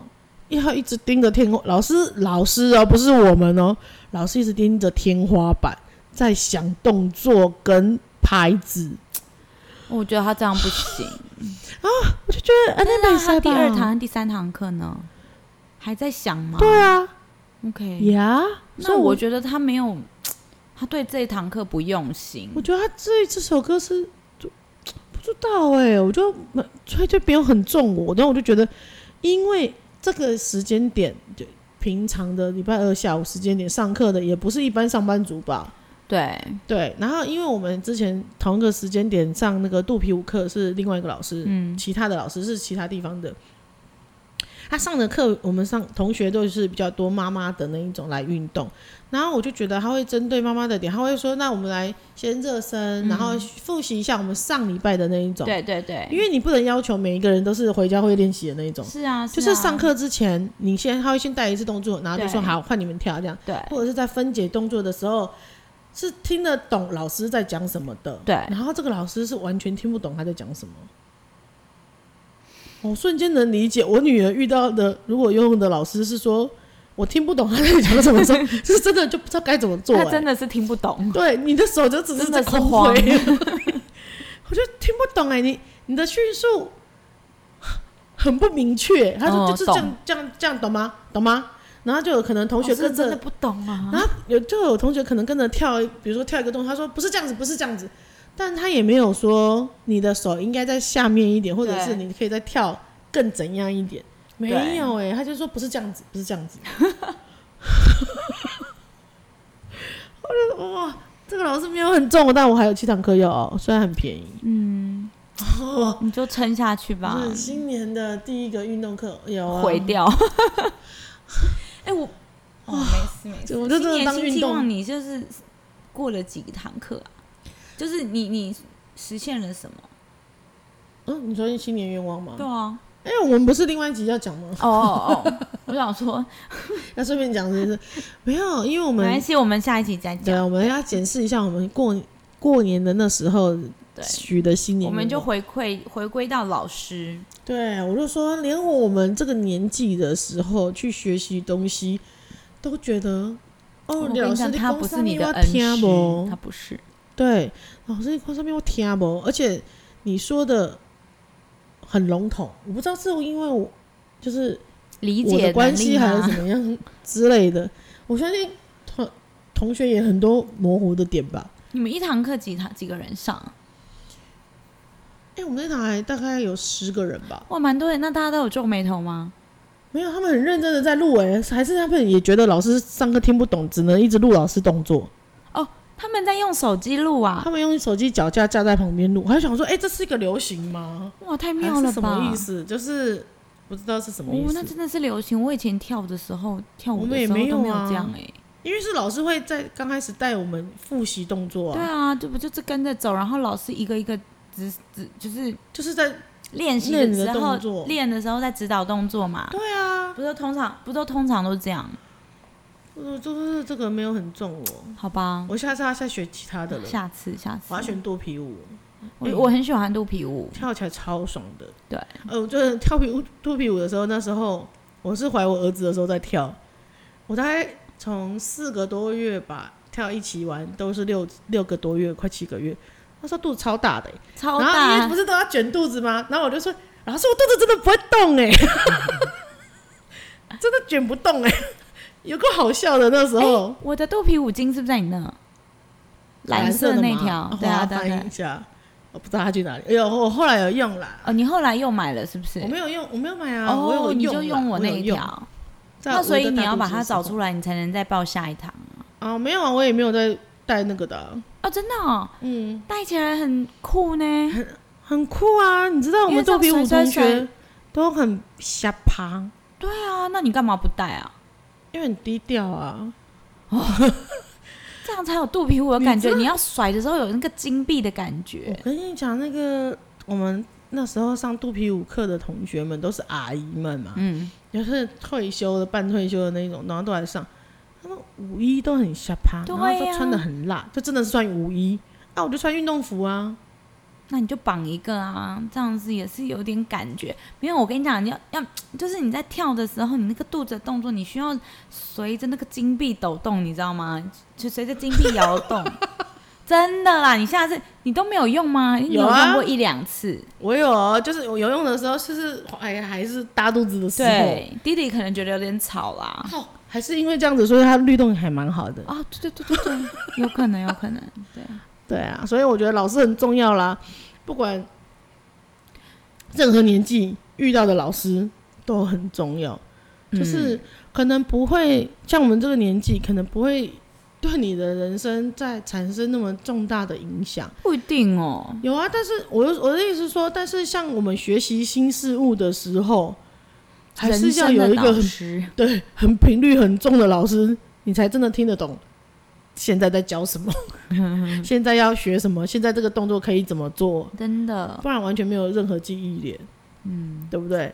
Speaker 1: 要一直盯着天空，老师老师哦，不是我们哦，老师一直盯着天花板在想动作跟拍子，
Speaker 2: 我觉得他这样不 行。
Speaker 1: 我就觉得哎，那
Speaker 2: 呃那
Speaker 1: 没塞吧
Speaker 2: 他第二堂、第三堂课呢？还在想吗？
Speaker 1: 对啊
Speaker 2: OK，
Speaker 1: 呀，所以
Speaker 2: 那我
Speaker 1: 我
Speaker 2: 觉得他没有，他对这一堂课不用心
Speaker 1: 我。觉得他这这首歌是就不知道哎、我就没所以就没有很重我，然后我就觉得，因为这个时间点就平常的礼拜二下午时间点上课的也不是一般上班族吧。
Speaker 2: 对，
Speaker 1: 对，然后因为我们之前同一个时间点上那个肚皮舞课是另外一个老师，
Speaker 2: 嗯
Speaker 1: 其他的老师是其他地方的。他上的课，我们上同学都是比较多妈妈的那一种来运动，然后我就觉得他会针对妈妈的点，他会说：“那我们来先热身，然后复习一下我们上礼拜的那一种。”，
Speaker 2: 嗯对对对，
Speaker 1: 因为你不能要求每一个人都是回家会练习的那一种，
Speaker 2: 是啊，
Speaker 1: 就是
Speaker 2: 啊
Speaker 1: 上课之前，你先他会先带一次动作，然后就说：“
Speaker 2: 对
Speaker 1: 好，换你们跳。”这样，
Speaker 2: 对
Speaker 1: 或者是在分解动作的时候，是听得懂老师在讲什么的。
Speaker 2: 对
Speaker 1: 然后这个老师是完全听不懂他在讲什么。我瞬间能理解，我女儿遇到的如果游泳的老师是说我听不懂他在讲 什么的时候，是真的就不知道该怎么做、
Speaker 2: 他
Speaker 1: 欸
Speaker 2: 真的是听不懂，
Speaker 1: 对，你的手就只是
Speaker 2: 真
Speaker 1: 在
Speaker 2: 的是
Speaker 1: 空
Speaker 2: 慌
Speaker 1: 挥。 我就听不懂哎、你你的叙述很不明确。他说
Speaker 2: 哦
Speaker 1: 就是这样、
Speaker 2: 懂
Speaker 1: 这样这样，懂吗？懂吗？然后就有可能同
Speaker 2: 同
Speaker 1: 学跟着、
Speaker 2: 真的不懂啊
Speaker 1: 然。后有就有同学可能跟着跳，比如说跳一个动作，他说不是这样子，不是这样子，但他也没有说你的手应该在下面一点，或者
Speaker 2: 对
Speaker 1: 是你可以再跳更怎样一点，没有哎、他就说不是这样子，不是这样子。我就 哇，这个老师没有很重，但我还有七堂课要哦，虽然很便宜。
Speaker 2: 嗯，
Speaker 1: 哦，
Speaker 2: 你就撑下去吧，
Speaker 1: 是新年的第一个运动课有啊，
Speaker 2: 毁掉。 哎，我哦，没事没事，
Speaker 1: 我就真
Speaker 2: 新
Speaker 1: 的
Speaker 2: 年
Speaker 1: 当
Speaker 2: 新
Speaker 1: 运
Speaker 2: 希望
Speaker 1: 动，
Speaker 2: 你就是过了几堂课啊？就是你你实现了什么？
Speaker 1: 嗯，你说新年愿望吗？
Speaker 2: 对啊，
Speaker 1: 哎、我们不是另外一集要讲吗？
Speaker 2: 哦哦哦，我想说，
Speaker 1: 那顺便讲，就是 没有，因为我
Speaker 2: 没关
Speaker 1: 们
Speaker 2: 系，我们下一集再
Speaker 1: 对，啊
Speaker 2: 讲。
Speaker 1: 我们要检视一下我们过过年的那时候
Speaker 2: 对，
Speaker 1: 许的新年
Speaker 2: 我
Speaker 1: 愿望，
Speaker 2: 们就回馈回归到老师，
Speaker 1: 对啊我就说，连我们这个年纪的时候去学习东西，都觉得
Speaker 2: 我
Speaker 1: 哦，
Speaker 2: 跟
Speaker 1: 老
Speaker 2: 你
Speaker 1: 师
Speaker 2: 讲，他
Speaker 1: 讲
Speaker 2: 不是
Speaker 1: 啥
Speaker 2: 你
Speaker 1: 物
Speaker 2: 的
Speaker 1: 我
Speaker 2: 恩
Speaker 1: 听啊
Speaker 2: 师
Speaker 1: 不，
Speaker 2: 他不是。
Speaker 1: 对，老师你讲上面我听不，而且你说的很笼统，我不知道是因为我就是
Speaker 2: 理
Speaker 1: 我
Speaker 2: 解
Speaker 1: 的关系还是
Speaker 2: 能力吗啊
Speaker 1: 怎么样之类的，我相信同同学也很多模糊的点吧。
Speaker 2: 你们一堂课几堂几个人上？啊
Speaker 1: 哎、我们那堂还大概有十个人吧，
Speaker 2: 哇，蛮多人。那大家都有皱眉头吗？
Speaker 1: 没有，他们很认真的在录哎、还是他们也觉得老师上课听不懂，只能一直录老师动作。
Speaker 2: 他们在用手机录啊
Speaker 1: 他！们用手机脚架架在旁边录，我还想说，哎、这是一个流行吗？
Speaker 2: 哇，太
Speaker 1: 还
Speaker 2: 妙
Speaker 1: 是
Speaker 2: 了
Speaker 1: 什
Speaker 2: 吧
Speaker 1: 么意！思？就是不知道是什么意
Speaker 2: 哦，那
Speaker 1: 思，
Speaker 2: 真的是流行。我以前跳舞的时候，跳
Speaker 1: 我
Speaker 2: 舞
Speaker 1: 们
Speaker 2: 的
Speaker 1: 也
Speaker 2: 时候
Speaker 1: 没
Speaker 2: 都
Speaker 1: 有
Speaker 2: 没有
Speaker 1: 啊
Speaker 2: 这样哎。
Speaker 1: 因为是老师会在刚开始带我们复习动作
Speaker 2: 对
Speaker 1: 啊，
Speaker 2: 啊，这不就是跟着走，然后老师一个一个指指，就是
Speaker 1: 就是在
Speaker 2: 练习
Speaker 1: 练你的
Speaker 2: 时
Speaker 1: 动
Speaker 2: 候
Speaker 1: 作
Speaker 2: 练的时候在指导动作嘛，
Speaker 1: 对啊，
Speaker 2: 不都通常不都通常都这样？
Speaker 1: 我呃就是这个没有很中我，
Speaker 2: 好吧，
Speaker 1: 我下次要再学其他的了。
Speaker 2: 下次下次
Speaker 1: 划拳、肚皮舞，
Speaker 2: 我我很喜欢肚皮舞，
Speaker 1: 跳起来超爽的。
Speaker 2: 对，
Speaker 1: 呃，我就是跳皮舞、肚皮舞的时候，那时候我是怀我儿子的时候在跳，我大概从四个多月吧跳一起玩，都是六六个多月，快七个月。他说肚子超大的欸、
Speaker 2: 超
Speaker 1: 然后因为
Speaker 2: 大
Speaker 1: 不，是都要卷肚子吗？然后我就说，然后说我肚子真的不会动 哎、真的卷不动哎、有个好笑的那时候，
Speaker 2: 我的肚皮舞巾是不是在你那？哎蓝色
Speaker 1: 的
Speaker 2: 那
Speaker 1: 嘛
Speaker 2: 条
Speaker 1: 哦，
Speaker 2: 对啊
Speaker 1: 我要
Speaker 2: 对
Speaker 1: 翻
Speaker 2: 啊对啊
Speaker 1: 译一下，我不知道他去哪里。哎呦，我后来有用啦，
Speaker 2: 哦，你后来又买了是不是
Speaker 1: 我？没有用，我没有买啊，我
Speaker 2: 哦
Speaker 1: 有，
Speaker 2: 你
Speaker 1: 啦
Speaker 2: 就用我那
Speaker 1: 有
Speaker 2: 一
Speaker 1: 用
Speaker 2: 条，
Speaker 1: 在
Speaker 2: 那
Speaker 1: 我
Speaker 2: 所以
Speaker 1: 的
Speaker 2: 你
Speaker 1: 大
Speaker 2: 要
Speaker 1: 肚
Speaker 2: 把
Speaker 1: 子
Speaker 2: 它
Speaker 1: 的时
Speaker 2: 找
Speaker 1: 候
Speaker 2: 出来，你才能再报下一堂啊！
Speaker 1: 啊，没有啊，我也没有在带那个的啊、
Speaker 2: 哦，真的哦，
Speaker 1: 嗯，
Speaker 2: 戴起来很 酷呢。
Speaker 1: 很酷啊，你知道我
Speaker 2: 因为
Speaker 1: 们
Speaker 2: 这
Speaker 1: 肚皮
Speaker 2: 样
Speaker 1: 舞
Speaker 2: 甩
Speaker 1: 同
Speaker 2: 甩甩
Speaker 1: 学都很瞎趴，
Speaker 2: 对啊，那你干嘛不戴啊？
Speaker 1: 因为很低调啊，
Speaker 2: 这样才有肚皮舞的感
Speaker 1: 你
Speaker 2: 觉。你要甩的时候有那个金币的感
Speaker 1: 我
Speaker 2: 觉。
Speaker 1: 跟你讲，那个我们那时候上肚皮舞课的同学们都是阿姨们嘛，
Speaker 2: 嗯，
Speaker 1: 就是退休的、半退休的那种，然后都来上。他们舞衣都很下趴，
Speaker 2: 对啊
Speaker 1: 然后都
Speaker 2: 呀
Speaker 1: 穿的很辣，就真的是穿舞衣。啊，我就穿运动服啊，
Speaker 2: 那你就绑一个啊，这样子也是有点感觉。没有，我跟你讲，你要要就是你在跳的时候，你那个肚子的动作，你需要随着那个金币抖动，你知道吗？就随着金币摇 动。真的啦，你下次你都没有用吗？你
Speaker 1: 有啊
Speaker 2: 用过一两次。
Speaker 1: 我有哦，就是我游泳的时候，就是哎还是大肚子的时候，
Speaker 2: 对，弟弟可能觉得有点吵啦。
Speaker 1: 哦，还是因为这样子，所以它律动还蛮好的。
Speaker 2: 啊，对对对对 对，有可能，有可能，对。
Speaker 1: 对啊，所以我觉得老师很重要啦，不管任何年纪遇到的老师都很重要。
Speaker 2: 嗯
Speaker 1: 就是可能不会像我们这个年纪，可能不会对你的人生再产生那么重大的影响。
Speaker 2: 不一定哦，
Speaker 1: 有啊，但是我的我的意思是说，但是像我们学习新事物的时候，还是要有一
Speaker 2: 人生的
Speaker 1: 个
Speaker 2: 导
Speaker 1: 很
Speaker 2: 师，
Speaker 1: 对很频率很重的老师，你才真的听得懂现在在教什 么，现在要学什么，现在这个动作可以怎么做，
Speaker 2: 真的
Speaker 1: 不然完全没有任何记忆点，嗯，对不对？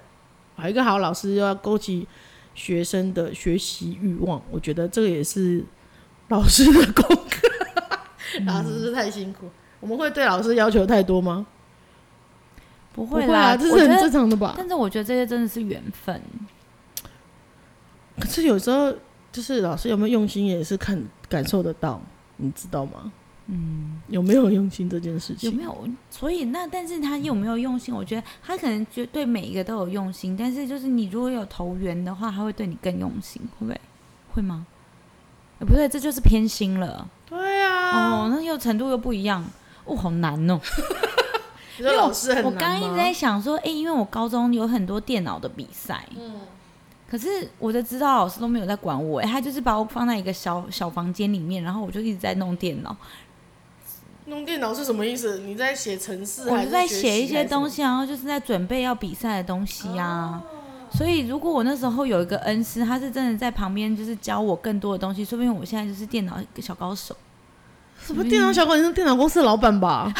Speaker 1: 好，一个好老师又要勾起学生的学习欲望，我觉得这个也是老师的功 课。
Speaker 2: 嗯
Speaker 1: 老师是不是太辛苦？我们会对老师要求太多吗？
Speaker 2: 不
Speaker 1: 不
Speaker 2: 会
Speaker 1: 会
Speaker 2: 啦。
Speaker 1: 啊，这
Speaker 2: 我
Speaker 1: 是
Speaker 2: 觉
Speaker 1: 很正
Speaker 2: 得，
Speaker 1: 常的吧？
Speaker 2: 但是我觉得这些真的是缘分，
Speaker 1: 可是有时候就是老师有没有用心，也是看感受得到，你知道吗？嗯，有没有用心这件事情？
Speaker 2: 有没有？所以那，但是他有没有用心？我觉得他可能觉对每一个都有用心，但是就是你如果有投缘的话，他会对你更用心，会不会？会吗？哎不对，这就是偏心了。
Speaker 1: 对啊，
Speaker 2: 哦，那又程度又不一样，哦，好难哦。
Speaker 1: 你说老师很
Speaker 2: 我
Speaker 1: 难
Speaker 2: 刚刚一直
Speaker 1: 吗
Speaker 2: 在想说，哎、因为我高中有很多电脑的比赛，
Speaker 1: 嗯
Speaker 2: 可是我的指导老师都没有在管我、诶他就是把我放在一个小小房间里面，然后我就一直在弄电脑，
Speaker 1: 弄电脑是什么意思？你在写程式，
Speaker 2: 我
Speaker 1: 还
Speaker 2: 就是在
Speaker 1: 学
Speaker 2: 写一
Speaker 1: 习
Speaker 2: 些
Speaker 1: 还是什么
Speaker 2: 东。西，啊然后就是在准备要比赛的东西啊。
Speaker 1: 哦
Speaker 2: 所以，如果我那时候有一个恩师，他是真的在旁边，就是教我更多的东西，说不定我现在就是电脑小高手。
Speaker 1: 什么电脑小管？你是电脑公司的老板 吧？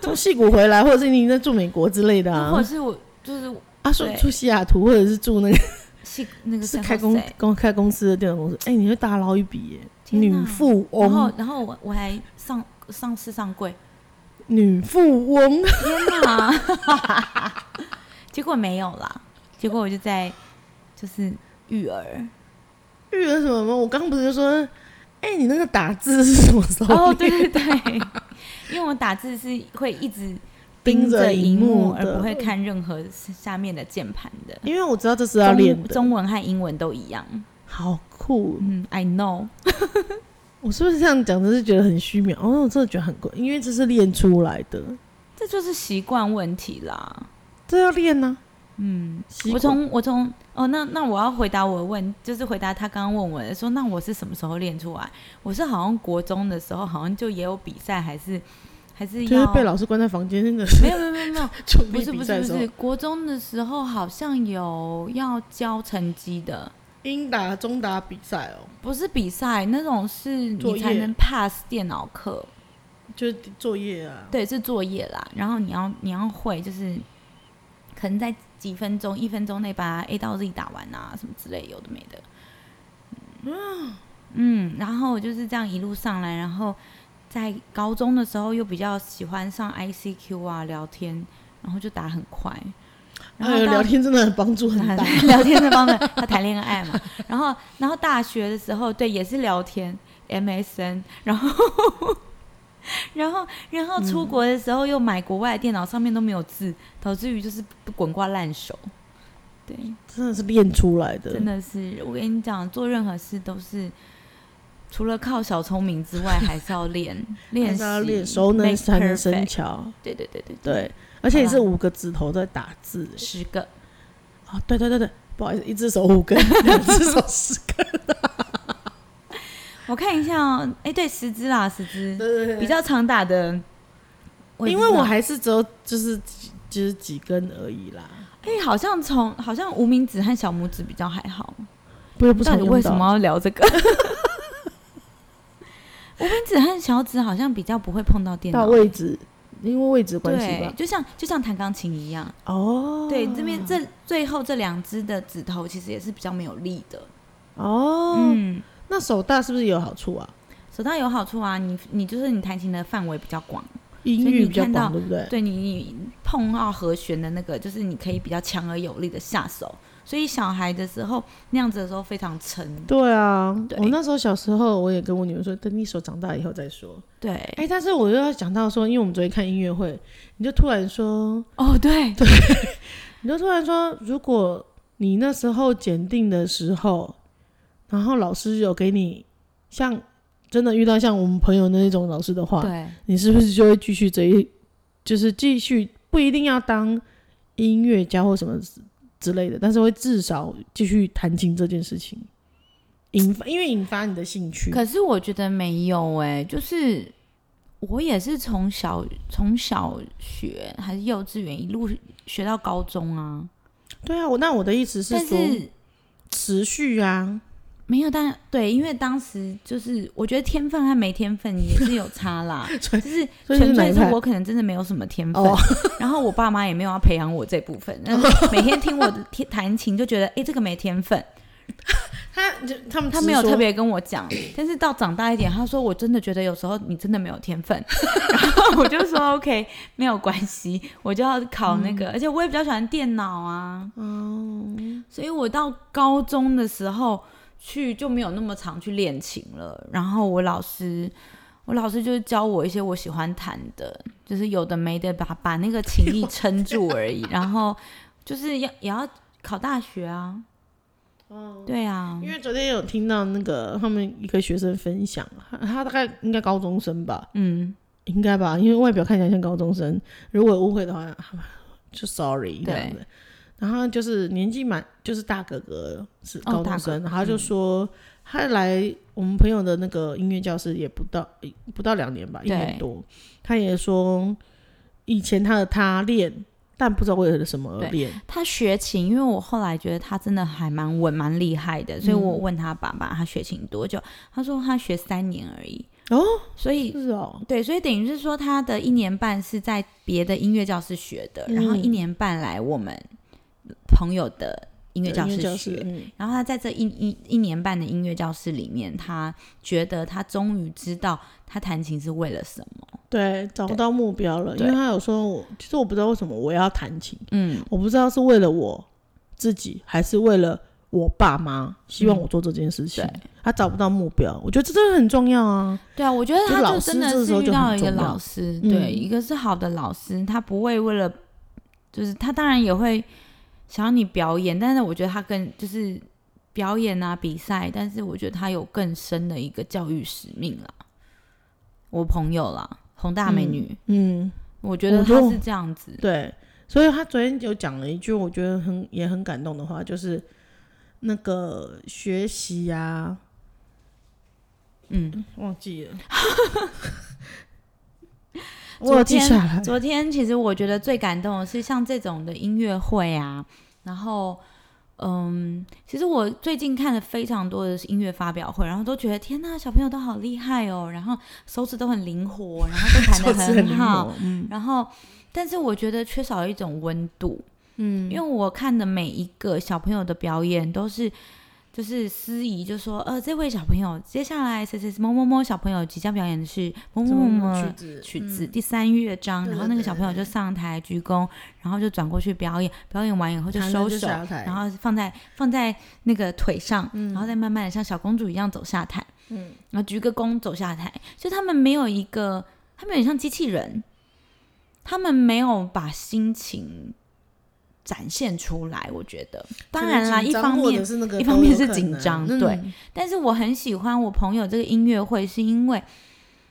Speaker 1: 从戏谷回来，或者是你在住美国之类的
Speaker 2: 或者
Speaker 1: 啊？
Speaker 2: 是我就是
Speaker 1: 啊，说
Speaker 2: 对
Speaker 1: 住西雅图，或者是住那个
Speaker 2: 是那个
Speaker 1: 是
Speaker 2: 谁
Speaker 1: 开公
Speaker 2: 谁
Speaker 1: 公开公司的电脑公司。哎，你会大捞一笔耶！
Speaker 2: 天哪
Speaker 1: 女富
Speaker 2: 然后
Speaker 1: 翁，，
Speaker 2: 然后我我还上上市上柜，
Speaker 1: 女富翁，
Speaker 2: 天哪！ 结果没有啦，结果我就在就是育儿。
Speaker 1: 育儿什么吗？我刚刚不是就说，哎、你那个打字是什么时候？
Speaker 2: 哦，对对对，因为我打字是会一直
Speaker 1: 盯着
Speaker 2: 着
Speaker 1: 荧
Speaker 2: 荧
Speaker 1: 幕
Speaker 2: 而
Speaker 1: 的
Speaker 2: 不会看任何下面的键盘的。
Speaker 1: 因为我知道这是要练
Speaker 2: 中
Speaker 1: 的，
Speaker 2: 中文和英文都一样。
Speaker 1: 好酷。
Speaker 2: 嗯，I know。
Speaker 1: 我是不是这样讲，只是觉得很虚渺？哦，我真的觉得很酷，因为这是练出来的，
Speaker 2: 这就是习惯问题啦。
Speaker 1: 这要练呢、
Speaker 2: 嗯，
Speaker 1: 习
Speaker 2: 我
Speaker 1: 惯
Speaker 2: 从我从哦，那那我要回答我的问，就是回答他刚刚问我的，说那我是什么时候练出来？我是好像国中的时候，好像就也有比赛，还是还是
Speaker 1: 就是
Speaker 2: 要
Speaker 1: 被老师关在房间那个
Speaker 2: 没有没有没有没有，
Speaker 1: 处
Speaker 2: 不
Speaker 1: 理
Speaker 2: 是
Speaker 1: 比
Speaker 2: 不
Speaker 1: 赛
Speaker 2: 是
Speaker 1: 的
Speaker 2: 不
Speaker 1: 时候
Speaker 2: 是，，国中的时候好像有要交成绩的，
Speaker 1: 英打中打比赛哦，
Speaker 2: 不是比赛那种是
Speaker 1: 作
Speaker 2: 你
Speaker 1: 业
Speaker 2: 才能 pass 电脑课，
Speaker 1: 就是作业啊。
Speaker 2: 对，是作业啦，然后你要你要会就是可能在几分钟、一分钟内把 A 到 Z 打完啊，什么之类，有的没的。嗯，然后就是这样一路上来，然后在高中的时候又比较喜欢上 ICQ 啊聊天，然后就打很快。然后
Speaker 1: 哎呦，
Speaker 2: 到
Speaker 1: 聊天真的帮 助很嗯大。
Speaker 2: 聊天这方面，他谈恋爱 嘛。然后，然后大学的时候，对，也是聊天 MSN，然后。 然后，然后出国的时候又买国外的电脑，上面都没有字，导致于就是滚瓜烂熟。对，
Speaker 1: 真的是练出来的，
Speaker 2: 真的是，我跟你讲，做任何事都是除了靠小聪明之外，还是要练练
Speaker 1: 还是
Speaker 2: 习，
Speaker 1: 要练熟能
Speaker 2: make
Speaker 1: 才能生
Speaker 2: perfect
Speaker 1: 巧。
Speaker 2: 对对对对
Speaker 1: 对，而且你是
Speaker 2: 好吧
Speaker 1: 五个指头在打字
Speaker 2: 对，十个
Speaker 1: 啊、对对对对，不好意思，一只手五根，两只手十根，
Speaker 2: 我看一下哦，哎，对，十支啦，十支
Speaker 1: 对对
Speaker 2: 比较常打的，也
Speaker 1: 因
Speaker 2: 不
Speaker 1: 为
Speaker 2: 知
Speaker 1: 我
Speaker 2: 道
Speaker 1: 还是只有就是几就是几根而已啦，
Speaker 2: 哎、好像从好像无名指和小拇指比较还好。
Speaker 1: 不是不
Speaker 2: 到
Speaker 1: 常
Speaker 2: 底
Speaker 1: 用
Speaker 2: 为什
Speaker 1: 到
Speaker 2: 么要聊 这个？无名指和小指好像比较不会碰到电
Speaker 1: 到
Speaker 2: 脑，
Speaker 1: 位置，因为位置关系
Speaker 2: 哦对
Speaker 1: 吧，。
Speaker 2: 就像就像弹钢琴一样。
Speaker 1: 哦，
Speaker 2: 对，这边这最后这两只的指头其实也是比较没有力的。
Speaker 1: 哦，
Speaker 2: 嗯，
Speaker 1: 那手大是不是也有好处啊？
Speaker 2: 手套有好处啊，你你就是你弹琴的范围比较广，
Speaker 1: 音
Speaker 2: 所以
Speaker 1: 域
Speaker 2: 你
Speaker 1: 比较
Speaker 2: 看
Speaker 1: 广，
Speaker 2: 到
Speaker 1: 对不对？
Speaker 2: 对你你碰到和弦的那个，就是你可以比较强而有力的下手。所以小孩的时候那样子的时候非常沉，
Speaker 1: 对啊，
Speaker 2: 对
Speaker 1: 我那时候小时候，我也跟我女儿说，等你手长大以后再说。
Speaker 2: 对，
Speaker 1: 哎、但是我又要讲到说，因为我们昨天看音乐会，你就突然说，
Speaker 2: 哦对，
Speaker 1: 你就突然说，如果你那时候检定的时候，然后老师有给你像真的遇到像我们朋友那种老师的话，
Speaker 2: 对，
Speaker 1: 你是不是就会继续这一，就是继续不一定要当音乐家或什么之之类的，但是会至少继续弹琴这件事情，引发因为引发你的兴趣。
Speaker 2: 可是我觉得没有哎、就是我也是从小从小学还是幼稚园一路学到高中啊，
Speaker 1: 对啊，我那我的意思是
Speaker 2: 但
Speaker 1: 说
Speaker 2: 是
Speaker 1: 持续啊，
Speaker 2: 没有，但对，因为当时就是我觉得天分和没天分也是有差啦， 就是
Speaker 1: 所以是
Speaker 2: 纯
Speaker 1: 哪一
Speaker 2: 粹是
Speaker 1: 派
Speaker 2: 我可能真的没有什么天分，
Speaker 1: 哦
Speaker 2: 然后我爸妈也没有要培养我这部分，但是每天听 我的天弹琴就觉得哎、诶这个没天分，
Speaker 1: 他就他们
Speaker 2: 他
Speaker 1: 只是
Speaker 2: 没有
Speaker 1: 说
Speaker 2: 特别跟 我讲，但是到长大一点，他说我真的觉得有时候你真的没有天 分，然后我就说 OK，没有关系，我就要考那
Speaker 1: 嗯
Speaker 2: 个，而且我也比较喜欢电脑啊，哦，所以我到高中的时候去就没有那么常去练琴了，然后我老师。我老师就是教我一些我喜欢弹的，就是有的没的把把那个琴艺撑住而已，然后就是要也要考大学啊，哦，对啊，
Speaker 1: 因为昨天有听到那个他们一个学生分享，他他大概应该高中生吧，
Speaker 2: 嗯，
Speaker 1: 应该吧，因为外表看起来像高中生，如果有误会的话，就 sorry 这
Speaker 2: 对
Speaker 1: 样子。然后就是年纪蛮，就是大哥哥是
Speaker 2: 哦
Speaker 1: 高中
Speaker 2: 大
Speaker 1: 生，
Speaker 2: 哥哥
Speaker 1: 然后他就说、他来我们朋友的那个音乐教室也不到诶不到两年吧，一
Speaker 2: 对
Speaker 1: 年多。他也说以前他的他练，但不知道为了什么而
Speaker 2: 对
Speaker 1: 练。
Speaker 2: 他学琴，因为我后来觉得他真的还蛮稳、蛮厉害的，所以我问他爸爸他学琴多久，他说他学三年而已。
Speaker 1: 哦，
Speaker 2: 所以
Speaker 1: 是哦，
Speaker 2: 对，所以等于是说他的一年半是在别的音乐教室学的，
Speaker 1: 嗯
Speaker 2: 然后一年半来我们朋友的音乐教
Speaker 1: 音
Speaker 2: 室
Speaker 1: 乐教
Speaker 2: 学。
Speaker 1: 室，嗯，
Speaker 2: 然后他在这一一一年半的音乐教室里面，他觉得他终于知道他弹琴是为了什么。
Speaker 1: 对，找不
Speaker 2: 对
Speaker 1: 到目标了，因为
Speaker 2: 对
Speaker 1: 他有说我，其实我不知道为什么我要弹琴，
Speaker 2: 嗯，
Speaker 1: 我不知道是为了我自己，还是为了我爸妈希望我做这件事情。
Speaker 2: 嗯对
Speaker 1: 他找不到目标，我觉得这真的很重要啊。
Speaker 2: 对啊，我觉得
Speaker 1: 就
Speaker 2: 他
Speaker 1: 老
Speaker 2: 就
Speaker 1: 师
Speaker 2: 真
Speaker 1: 这
Speaker 2: 的
Speaker 1: 时
Speaker 2: 是
Speaker 1: 候
Speaker 2: 遇
Speaker 1: 就很
Speaker 2: 到一个
Speaker 1: 重要
Speaker 2: 老师，
Speaker 1: 嗯
Speaker 2: 对，一个是好的老师，他不会为了，就是他当然也会想要你表演，但是我觉得他更就是表演啊比赛，但是我觉得他有更深的一个教育使命啦。我朋友啦，宏大美女，
Speaker 1: 嗯，
Speaker 2: 我觉得
Speaker 1: 我觉得
Speaker 2: 她
Speaker 1: 我
Speaker 2: 是这样子，
Speaker 1: 对。所以他昨天有讲了一句我觉得很也很感动的话，就是那个学习啊，
Speaker 2: 嗯，
Speaker 1: 忘记了，
Speaker 2: 昨
Speaker 1: 我有记
Speaker 2: 天
Speaker 1: 下 来。
Speaker 2: 昨天其实我觉得最感动的是像这种的音乐会啊，然后嗯，其实我最近看了非常多的音乐发表会，然后都觉得天呐，小朋友都好厉害哦，然后手指都很灵活， 然后都弹
Speaker 1: 手
Speaker 2: 得
Speaker 1: 指很灵
Speaker 2: 好，
Speaker 1: 活，嗯
Speaker 2: 然后但是我觉得缺少一种温度，
Speaker 1: 嗯，
Speaker 2: 因为我看的每一个小朋友的表演都是，就是司仪就说，呃，这位小朋友接下来谁谁谁某某某小朋友即将表演的是某某某
Speaker 1: 曲
Speaker 2: 某
Speaker 1: 子
Speaker 2: 曲子、第三乐
Speaker 1: 嗯
Speaker 2: 章，
Speaker 1: 对
Speaker 2: 然
Speaker 1: 对
Speaker 2: 后那个
Speaker 1: 对
Speaker 2: 小朋友
Speaker 1: 对
Speaker 2: 就上台鞠躬，然后就转过去表演，表演完以后就收手，然
Speaker 1: 然
Speaker 2: 后放在放在那个腿上，
Speaker 1: 嗯
Speaker 2: 然后再慢慢的像小公主一样走下台，
Speaker 1: 嗯，
Speaker 2: 然后鞠个躬走下台，就他们没有一个，他们有点像机器人，他们没有把心情展现出来，我觉得，当然啦，一方面，
Speaker 1: 是那个
Speaker 2: 一方面是紧张对，但是我很喜欢我朋友这个音乐会，是因为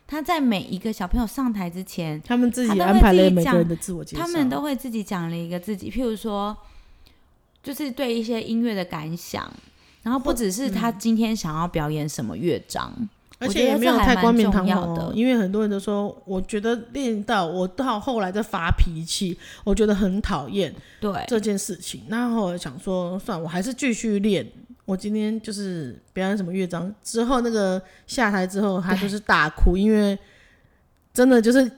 Speaker 2: 他在每一个小朋友上台之前，
Speaker 1: 他们自
Speaker 2: 他
Speaker 1: 己
Speaker 2: 都会
Speaker 1: 安排
Speaker 2: 自己
Speaker 1: 了每个
Speaker 2: 讲
Speaker 1: 人的自我介绍，
Speaker 2: 他们都会自己讲了一个自己，譬如说，就是对一些音乐的感想，然后不只
Speaker 1: 嗯
Speaker 2: 是他今天想要表演什么乐章，
Speaker 1: 而
Speaker 2: 我
Speaker 1: 且
Speaker 2: 觉得
Speaker 1: 也没有
Speaker 2: 这还
Speaker 1: 太
Speaker 2: 蛮
Speaker 1: 冠冕
Speaker 2: 重
Speaker 1: 堂
Speaker 2: 要
Speaker 1: 皇哦
Speaker 2: 的
Speaker 1: 因为很多人都说，我觉得练到我到后来在发脾气，我觉得很讨厌
Speaker 2: 对，
Speaker 1: 这件事情。那后来想说，算了我还是继续练。我今天就是表演什么乐章之后，那个下台之后，他就是大哭，因为真的就是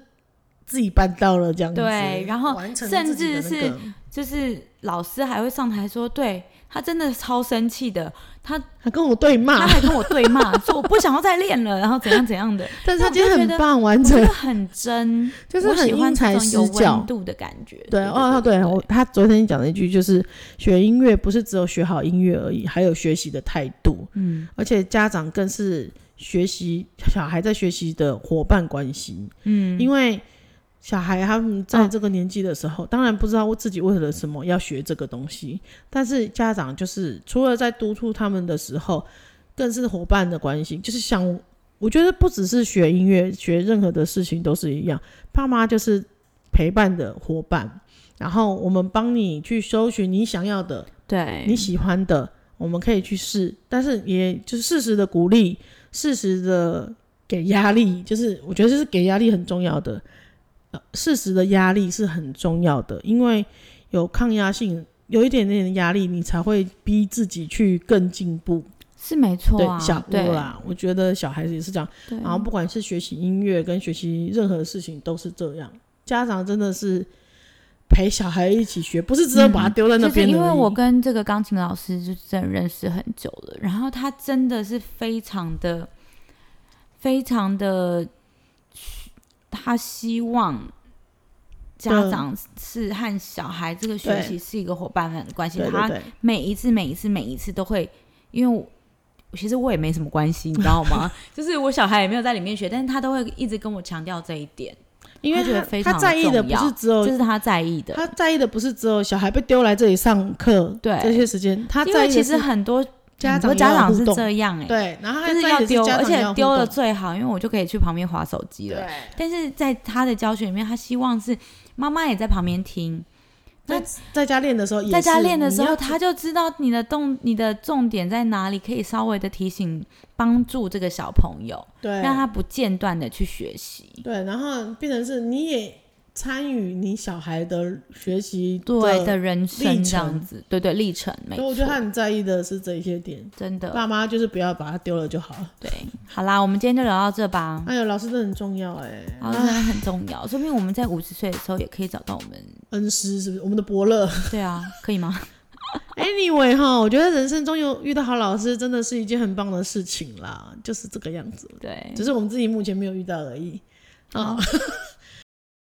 Speaker 1: 自己办到了这样子。
Speaker 2: 对然后
Speaker 1: 完成了
Speaker 2: 甚
Speaker 1: 自己的
Speaker 2: 至
Speaker 1: 那个
Speaker 2: 就是老师还会上台说，对他真的超生 气的，他
Speaker 1: 还跟我对
Speaker 2: 他
Speaker 1: 骂，
Speaker 2: 还跟我对骂，说我不想要再练了，然后怎样怎样的，
Speaker 1: 但是
Speaker 2: 那
Speaker 1: 他
Speaker 2: 我
Speaker 1: 今
Speaker 2: 就
Speaker 1: 天
Speaker 2: 觉
Speaker 1: 很
Speaker 2: 得
Speaker 1: 棒
Speaker 2: 我
Speaker 1: 完
Speaker 2: 觉
Speaker 1: 成
Speaker 2: 得，很真，
Speaker 1: 就是
Speaker 2: 我
Speaker 1: 很
Speaker 2: 喜欢
Speaker 1: 因材
Speaker 2: 这种
Speaker 1: 施
Speaker 2: 有
Speaker 1: 教
Speaker 2: 温。度的感觉。
Speaker 1: 对哦，
Speaker 2: 对
Speaker 1: 对，我他昨天讲了一句，就是学音乐不是只有学好音乐而已，还有学习的态度，
Speaker 2: 嗯
Speaker 1: 而且家长更是学习小孩在学习的伙伴关系，
Speaker 2: 嗯，
Speaker 1: 因为小孩他们在这个年纪的时候，当然不知道自己为了什么要学这个东西，但是家长就是除了在督促他们的时候，更是伙伴的关系，就是像我觉得不只是学音乐，学任何的事情都是一样，爸妈就是陪伴的伙伴，然后我们帮你去搜寻你想要的，
Speaker 2: 对，
Speaker 1: 你喜欢的，我们可以去试，但是也就是适时的鼓励，适时的给压力，就是我觉得这是给压力很重要的，呃，适时的压力是很重要的，因为有抗压性，有一点点的压力，你才会逼自己去更进步。
Speaker 2: 是没错
Speaker 1: 对
Speaker 2: 啊，，
Speaker 1: 小
Speaker 2: 对
Speaker 1: 我啦，我觉得小孩子也是这样，
Speaker 2: 对
Speaker 1: 然后不管是学习音乐跟学习任何事情都是这样，家长真的是。陪小孩一起学，不是只有把他丢在那
Speaker 2: 嗯就是
Speaker 1: 边、的。
Speaker 2: 因为我跟这个钢琴老师就是真的认识很久了，然后他真的是非常的、非常的，他希望家
Speaker 1: 对
Speaker 2: 长是和小孩这个学
Speaker 1: 对
Speaker 2: 习是一个伙伴的关系，
Speaker 1: 对对
Speaker 2: 他
Speaker 1: 对，
Speaker 2: 每一次、每一次、每一次都会，因为我其实我也没什么关系，你知道吗？ 就是我小孩也没有在里面学，但是他都会一直跟我强调这一点，
Speaker 1: 因为
Speaker 2: 他觉得
Speaker 1: 他
Speaker 2: 非常
Speaker 1: 他在意的
Speaker 2: 重
Speaker 1: 不
Speaker 2: 要
Speaker 1: 是只
Speaker 2: 这
Speaker 1: 有
Speaker 2: 是他在意的。
Speaker 1: 哦他在意的不是只有小孩被丢来这里上课，
Speaker 2: 对
Speaker 1: 这些时间，他
Speaker 2: 因
Speaker 1: 在
Speaker 2: 为
Speaker 1: 意的
Speaker 2: 其
Speaker 1: 是
Speaker 2: 实很多
Speaker 1: 家
Speaker 2: 很多
Speaker 1: 长
Speaker 2: 家
Speaker 1: 也要
Speaker 2: 长
Speaker 1: 互
Speaker 2: 是
Speaker 1: 动
Speaker 2: 这样哎、
Speaker 1: 啊对，然后他
Speaker 2: 就是
Speaker 1: 在意的
Speaker 2: 丢，
Speaker 1: 家
Speaker 2: 而
Speaker 1: 长也
Speaker 2: 且
Speaker 1: 要
Speaker 2: 丢
Speaker 1: 互
Speaker 2: 了
Speaker 1: 动
Speaker 2: 最好，因为我就可以去旁边划手机了。但是在他的教学里面，他希望是妈妈也在旁边听，那
Speaker 1: 在在家练的时候也是，
Speaker 2: 在家练的时
Speaker 1: 你
Speaker 2: 候，
Speaker 1: 要
Speaker 2: 他就知道你的动、你的重点在哪里，可以稍微的提醒、帮助这个小朋友，
Speaker 1: 对
Speaker 2: 让他不间断的去学习。
Speaker 1: 对，然后变成是你也参与你小孩的学习
Speaker 2: 对的
Speaker 1: 的，
Speaker 2: 人生
Speaker 1: 历
Speaker 2: 这样
Speaker 1: 程
Speaker 2: 子，对对历程，没
Speaker 1: 所以
Speaker 2: 错，
Speaker 1: 我觉得他很在意的是这一些点。
Speaker 2: 真的
Speaker 1: 爸妈就是不要把他丢了就好了。
Speaker 2: 对。好啦，我们今天就聊到这吧。啊
Speaker 1: 哎呦，老师真的很重要哎，
Speaker 2: 好，真的很重要，说不定我们在五十岁的时候也可以找到我们。
Speaker 1: 恩师是不是我们的伯乐？
Speaker 2: 对啊，可以吗？
Speaker 1: Anyway 哈，我觉得人生中有遇到好老师，真的是一件很棒的事情啦，就是这个样子。
Speaker 2: 对，
Speaker 1: 只是我们自己目前没有遇到而已。
Speaker 2: 好
Speaker 1: 啊、